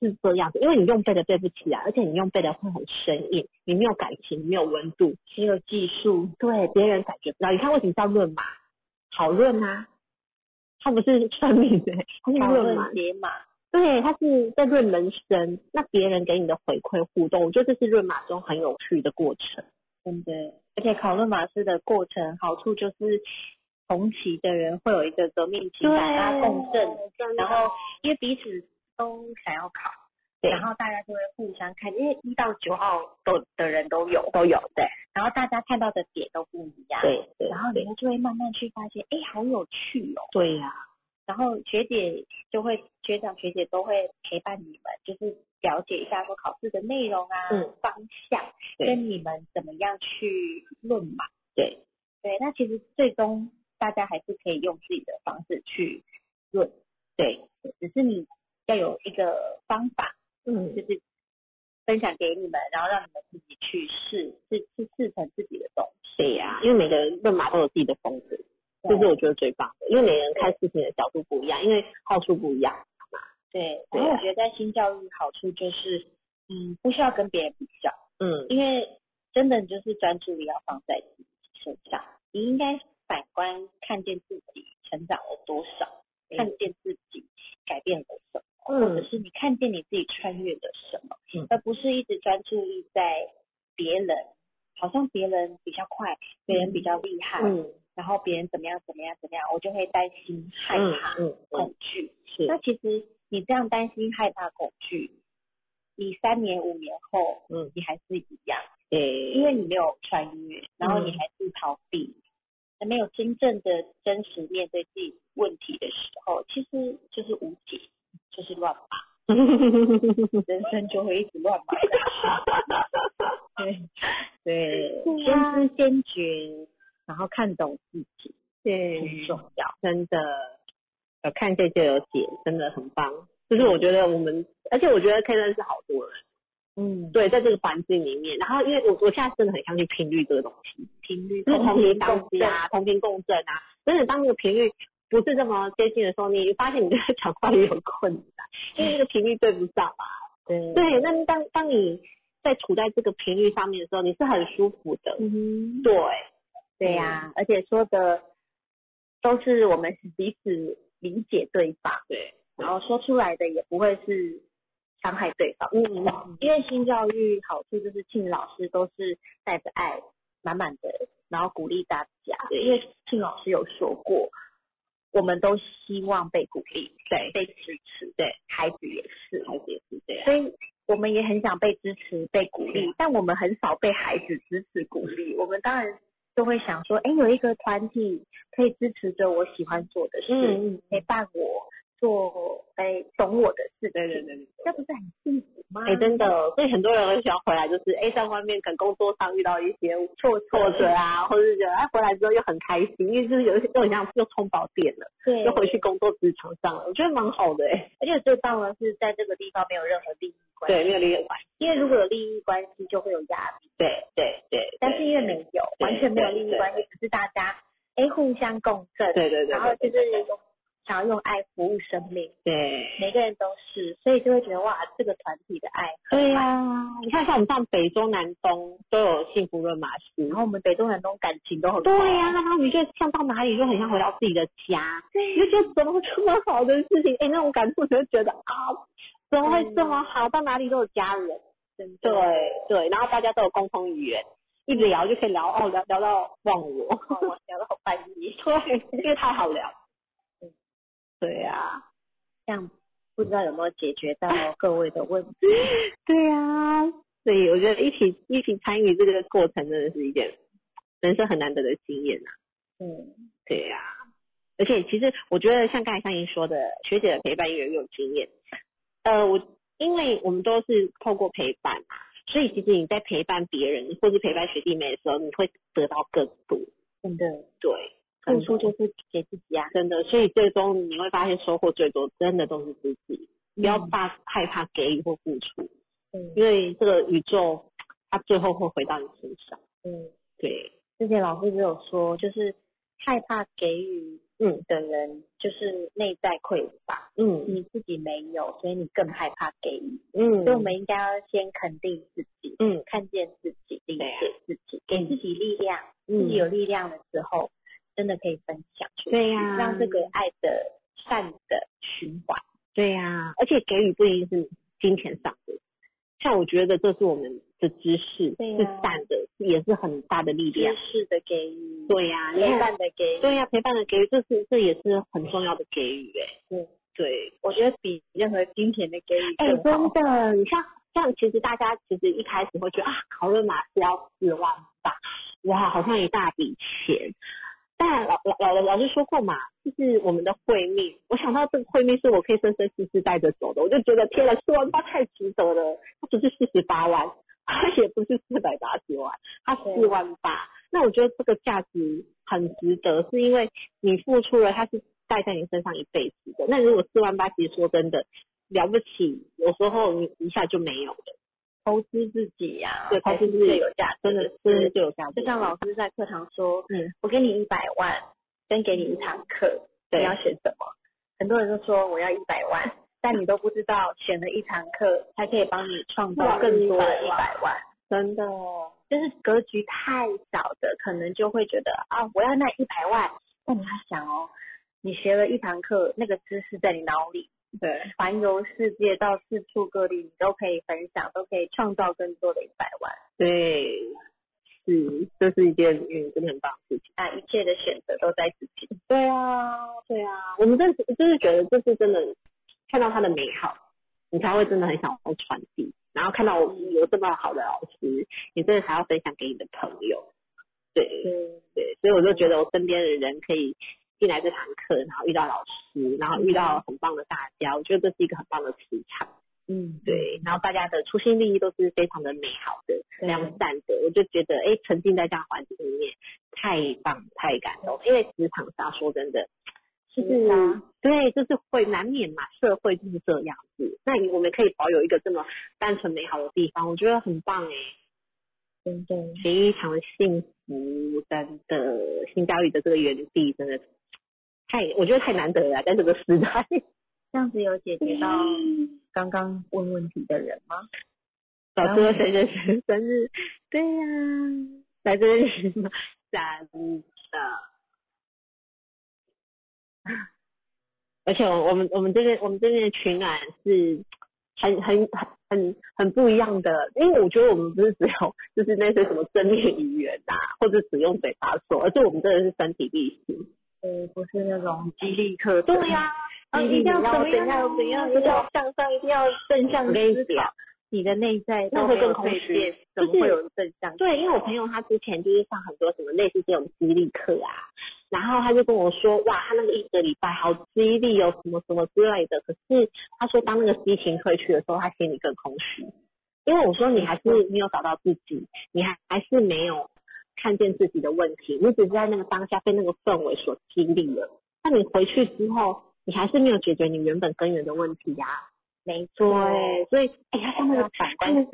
是这样子，因为你用背的背不起来，而且你用背的会很生硬，你没有感情，你没有温度，只有技术，对别人感觉不到。你看为什么叫论马？好论啊，它不是算命的，它是
讨
论马
论。解码，
对，它是在论人生，那别人给你的回馈互动，我觉得这是论马中很有趣的过程。
真的。而且考论马师的过程好处就是，同期的人会有一个革命情感，大家共振，然后因为彼此都想要考，
对
然后大家就会互相看，因为一到九号都的人都有都有对，然后大家看到的点都不一样，，
对对
然后你
对
们就会慢慢去发现，哎，好有趣哦，
对呀、
然后学姐就会学长学姐都会陪伴你们，就是了解一下说考试的内容啊、
嗯
方向，
对
跟你们怎么样去论嘛，
对
对，那其实最终大家还是可以用自己的方式去论，
对，
只是你要有一个方法，
嗯
就是分享给你们，然后让你们自己去试，去去试成自己的东西。
对呀、因为每个人论马都有自己的风格，这是我觉得最棒的，因为每个人看事情的角度不一样，因为号数不一样。
对，
对
然后我
啊
觉得在新教育好处就是，嗯，不需要跟别人比较，
嗯，
因为真的就是专注力要放在自己身上，你应该反观看见自己成长了多少，
嗯
看见自己改变了什么，
嗯
或者是你看见你自己穿越了什么，
嗯
而不是一直专注力在别人，好像别人比较快，别人比较厉害，
嗯
然后别人怎么样怎么样怎么样，我就会担心、害
嗯
怕、
嗯嗯，
恐惧。
是
那其实你这样担心、害怕、恐惧，你三年、五年后，
嗯，
你还是一样，
对，
因为你没有穿越，然后你还是逃避，没有真正的真实面对自己问题的时候，其实就是无解，就是乱码，人生就会一直乱码。
对
先知先觉，然后看懂自己
对
很，重要。
真的有看见就有解，真的很棒。就是我觉得我们，而且我觉得可以认识好多人，
嗯，
对，在这个环境里面。然后因为我我现在真的很相信频率这个东西，
嗯频率
就是同频相吸啊，同频共振啊。真的，当那个频率不是这么接近的 时候，你发现你跟他讲话也有困难，因为那个频率对不上。
对，
对，那当当你在处在这个频率上面的时候，你是很舒服的。
嗯，
对，
对呀、而且说的都是我们彼此理解对方，
对，
然后说出来的也不会是伤害对方。
嗯，
因为新教育好处就是庆老师都是带着爱满满的，然后鼓励大家。对，因为庆老师有说过，我们都希望被鼓励，
对
被支持，对，孩子也是，孩子也是
对啊
所以我们也很想被支持、被鼓励，但我们很少被孩子支持、鼓励。我们当然都会想说，哎，有一个团体可以支持着我喜欢做的事，
嗯嗯
陪伴我做，哎，懂我的事情，
对对对对。
这不是很幸福吗？
哎、真的，所以很多人很喜欢回来，就是哎、在外面可能工作上遇到一些挫挫折啊，或者是觉得哎回来之后又很开心，因为就是有一些又很像又充饱电了，
对
又回去工作职场上了，我觉得蛮好的哎、
而且最棒的是，在这个地方没有任何利益关系，
对，没有利益关系，
因为如果有利益关系就会有压力，
对对对，
但是因为没有，
对
完全没有利益关系，只是大家哎互相共振，
对对对
然后
对
就是用想要用爱服务生命，
对。
每个人都是，所以就会觉得哇，这个团体的爱很
对
满，
呀、你看像我们上北中南东都有幸福论马戏，
然后我们北东南东感情都很
对
好
呀、然后你就像到哪里就很像回到自己的家，你就觉得怎么这么好的事情，哎、那种感触你就觉得啊，怎么会这么好？到哪里都有家人，
真的
对对，然后大家都有共同语言，一直聊就可以聊哦，聊聊到忘我，
哦我聊到半夜，
对，因为太好聊。对呀、
这样不知道有没有解决 到各位的问题？
对呀、所以我觉得一起一起参与这个过程真的是一件人生很难得的经验啊。
嗯，
对呀、而且其实我觉得像刚才香莹说的，学姐的陪伴也有经验。呃，我因为我们都是透过陪伴嘛，所以其实你在陪伴别人或是陪伴学弟妹的时候，你会得到更多。
真的
对，
付出就是给自己啊，
真的，所以最终你会发现收获最多，真的都是自己。不要怕害怕给予或付出，
嗯
因为这个宇宙它最后会回到你身上。
嗯。
对，
之前老师也有说，就是害怕给予
嗯
的人，就是内在匮乏，
嗯
你自己没有，所以你更害怕给予。
嗯，
所以我们应该要先肯定自己，
嗯，
看见自己，理
对啊
解自己，给自己力量。
嗯
自己有力量的时候，真的可以分享出去，
对呀
让这个爱的善的循环。
对呀、而且给予不一定是金钱上的，像我觉得这是我们的知识、
对呀
是善的，也是很大的力
知
量。
识的给予，
对呀、你
陪
看，
伴的给予，
对呀、陪伴的给予，这是这也是很重要的给予、欸，
对
对，
我觉得比任何金钱的给予
哎、
更好
真。的，你像像其实大家其实一开始会觉得啊，考论码是要四万八，哇，好像一大笔钱。但老老老老师说过嘛，就是我们的会命。我想到这个会命是我可以生生世世带着走的，我就觉得贴了四万八太值得了。它不是四十八万，它也不是四百八十万，它四万八。那我觉得这个价值很值得，是因为你付出了，它是带在你身上一辈子的。那如果四万八，其实说真的，了不起，有时候你一下就没有了，
投资自己呀、
对投资
才是
自己
最有价值，
真的真的就有这样子。
就像老师在课堂说，
嗯，
我给你一百万，跟给你一堂课，
对
你要选什么？很多人都说我要一百万，但你都不知道选了一堂课才可以帮你创造更多的一百万。哦
真的，
就是格局太小的，可能就会觉得啊，我要那一百万。那你要想哦，你学了一堂课，那个知识在你脑里，
对
环游世界到四处各地，你都可以分享，都可以创造更多的一百万。
对，是，这是一件嗯真的很棒的事情。
那一切切的选择都在自己。
对啊，对啊，我们真的是就是觉得这是真的，看到它的美好，你才会真的很想要传递。然后看到我们有这么好的老师，你真的才要分享给你的朋友。对对，所以我就觉得我身边的人可以进来这堂课，然后遇到老师，然后遇到很棒的大家，我觉得这是一个很棒的磁场。
嗯，
对，然后大家的初心利益都是非常的美好的、良善的，我就觉得哎，诶沉浸在这样环境里面太棒、太感动。因为职场上说真的，就是啊，对，就是会难免嘛，社会就是这样子。那你我们可以保有一个这么单纯美好的地方，我觉得很棒哎、
真的，
非常幸福，真的，性教育的这个园地真的太，我觉得太难得了，在这个时代。
这样子有解决 到刚刚问问题的人吗？
老师的谁谁谁生日，对呀、来这里什么生日的。而且我我们我们这边我们这边的取暖是很很很很很不一样的，因为我觉得我们不是只有就是那些什么正面语言啊，或者只用嘴巴说，而是我们真的是身体力行。
对，呃不是那种激励课程。
对呀、啊，
一定要怎么
怎
样
怎样
一定要向上，一定要正向
我跟你
思
讲
考，你的内在
那
都
会
没有
更空
蜕
虚
变怎
就
么会
是
有正向？
对，因为我朋友他之前就是上很多什么类似这种激励课啊，然后他就跟我说，哇，他那个一个礼拜好激励哦，什么什么之类的。可是他说，当那个激情褪去的时候，他心里更空虚。因为我说你还是
嗯
没有找到自己，你还还是没有看见自己的问题，你只是在那个当下被那个氛围所激励了。那你回去之后，你还是没有解决你原本根源的问题呀、
没
对
错，，啊
所以哎呀，上那个
反
他
观
们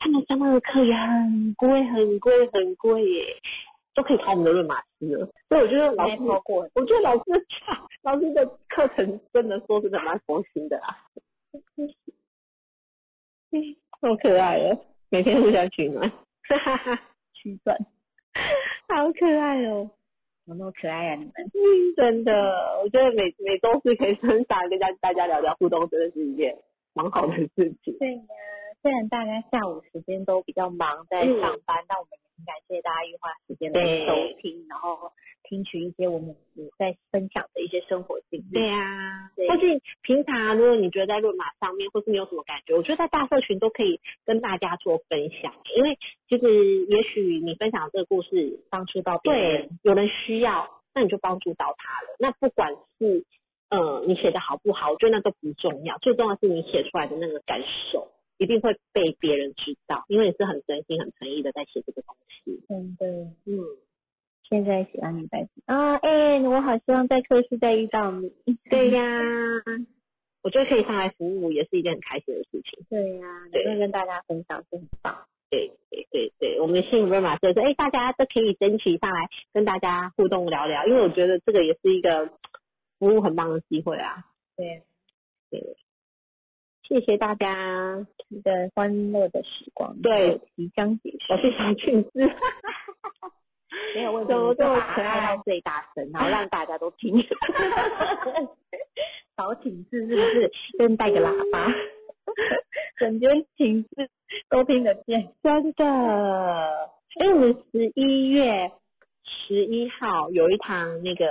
他们相关的课也
嗯
很贵，很贵，很贵耶，都可以考我们的论马师了。所以我觉得老
没
师，
超过
我觉得老师的老师的课程真的说真的蛮佛心的啊啦，好可爱哦，每天互相取暖，哈哈哈，
七 段，
好可爱哦。
有没有可爱啊你们？
真的，我觉得每每周四可以分享跟大大家聊聊互动，真的是一件蛮好的事情。
对呀、虽然大家下午时间都比较忙在
嗯
上班，但我们也很感谢大家愿花时间来
对
收听，然后听取一些我们在分享的一些生活经历。
对呀、
对
或是平常啊，如果你觉得在论马上面，或是你有什么感觉，我觉得在大社群都可以跟大家做分享，因为就是也许你分享这个故事，
帮助到别
对
人，
有人需要，那你就帮助到他了。那不管是呃你写的好不好，我觉得那都不重要，最重要的是你写出来的那个感受，一定会被别人知道，因为你是很真心、很诚意的在写这个东西。
真的。
嗯，
现在喜欢你白子啊，哎、我好希望在科室再遇到你。
对呀、我觉得可以上来服务也是一件很开心的事情。
对呀、啊，
对
能够跟大家分享是很棒。
对对对对，我们幸福马社说，哎，大家都可以争取上来跟大家互动聊聊，因为我觉得这个也是一个服务很棒的机会啊。
对，
对，谢谢大家。
一个欢乐的时光，
对，
即将结束
我。是小裙子，
没有问题，
怎么
你就
这么
把它
可爱
开到最大声，然后让大家都 听。找寝室是不是？先带个喇 叭，整间寝室都听得见。
真的。哎，我们十一月十一号有一堂那个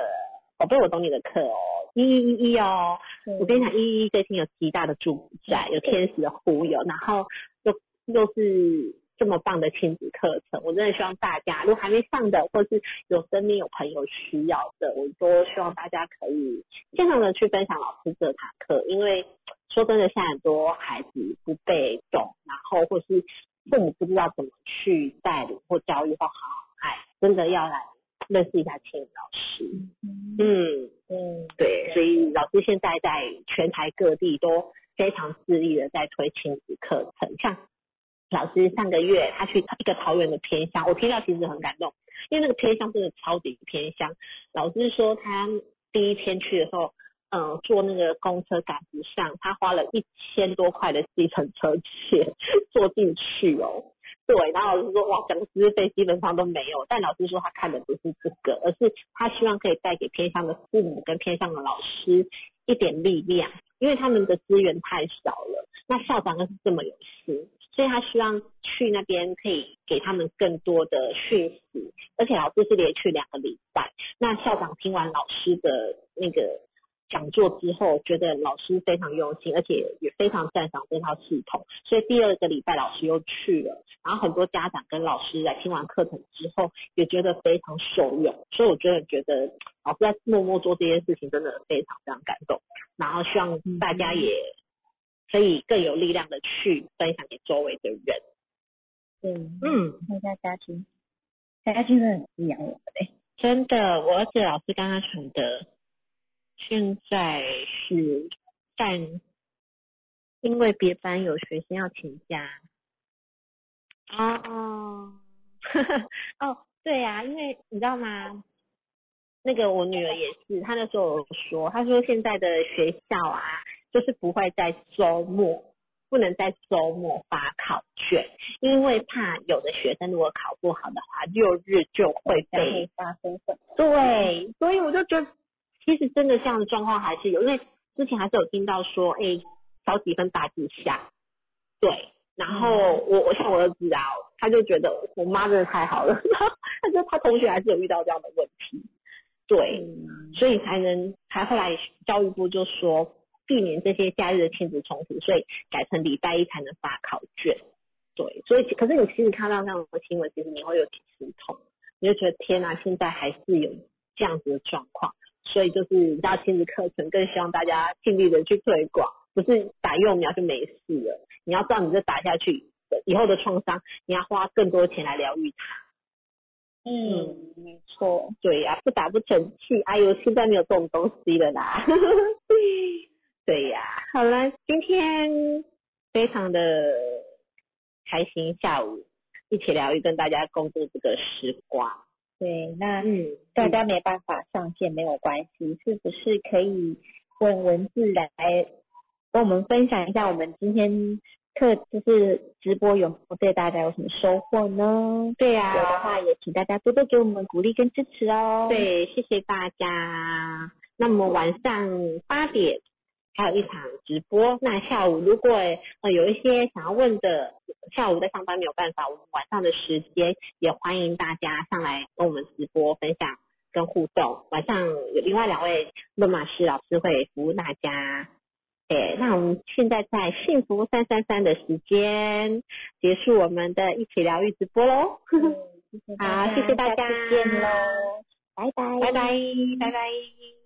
宝贝我懂你的课哦，一一一一哦。我跟你讲，依依最近有极大的主宰，有天使的忽悠，然后又又是这么棒的亲子课程，我真的希望大家如果还没上的，或是有身边有朋友需要的，我都希望大家可以尽量的去分享老师这堂课，因为说真的，现在很多孩子不被懂，然后或是父母不知道怎么去带领或教育或好好爱，真的要来认识一下亲子老师，嗯
嗯，
对，所以老师现在在全台各地都非常致力的在推亲子课程。像老师上个月他去一个桃园的偏乡，我听到其实很感动，因为那个偏乡真的超级偏乡。老师说他第一天去的时候，嗯、坐那个公车赶不上，他花了一千多块的计程车钱坐进去哦。对，然后老师说哇，讲师费基本上都没有，但老师说他看的不是这个，而是他希望可以带给偏向的父母跟偏向的老师一点力量，因为他们的资源太少了。那校长更是这么有心，所以他希望去那边可以给他们更多的讯息，而且老师是连去两个礼拜，那校长听完老师的那个讲座之后，觉得老师非常用心，而且也非常赞赏这套系统，所以第二个礼拜老师又去了，然后很多家长跟老师来听完课程之后，也觉得非常受用，所以我真的觉得老师在默默做这件事情真的非常非常感动，然后希望大家也可以更有力量的去分享给周围的人。
对，
嗯，
那家家庭，家家庭真的很哦滋养我们嘞。
真的，我儿子老师刚刚选的，现在是但因为别班有学生要请假，
哦，
哦，对呀、因为你知道吗？那个我女儿也是，她那时候有说，她说现在的学校啊，就是不会在周末，不能在周末发考卷，因为怕有的学生如果考不好的话，六日就会被
发生什么？
对，所以我就觉得，其实真的这样的状况还是有，因为之前还是有听到说，哎、少几分打几下，对。然后我我像我儿子啊，他就觉得我妈真的太好了， 他说他同学还是有遇到这样的问题，
嗯
对，所以才能才后来教育部就说避免这些假日的亲子冲突，所以改成礼拜一才能发考卷，对，所以其可是你其实看到这样的新闻，其实你会有挺心痛。你就觉得天呐，现在还是有这样子的状况，所以就是你知道亲子课程更希望大家尽力的去推广，不是打幼苗就没事了。你要知道，你这打下去以后的创伤，你要花更多钱来疗愈它。
嗯，没错。
对呀、啊不打不成器。哎呦，现在没有这种东西了啦。 对呀、好了，今天非常的开心，下午一起疗愈，跟大家共度这个时光。
对，那
嗯，
大家没办法上线没有关系，是不是可以用文字来跟我们分享一下我们今天课就是直播有对大家有什么收获呢？
对
有
呀、
的话也请大家多多给我们鼓励跟支持哦。，
对，谢谢大家。那么晚上八点还有一场直播，那下午如果呃有一些想要问的，下午在上班没有办法，我们晚上的时间也呃欢迎大家上来跟我们直播分享跟互动。晚上有另外两位论马师老师会服务大家。对，那我们现在在幸福三三三的时间结束我们的一起疗愈直播喽。
嗯
好，谢谢大家，
见喽，拜拜，
拜拜，拜拜。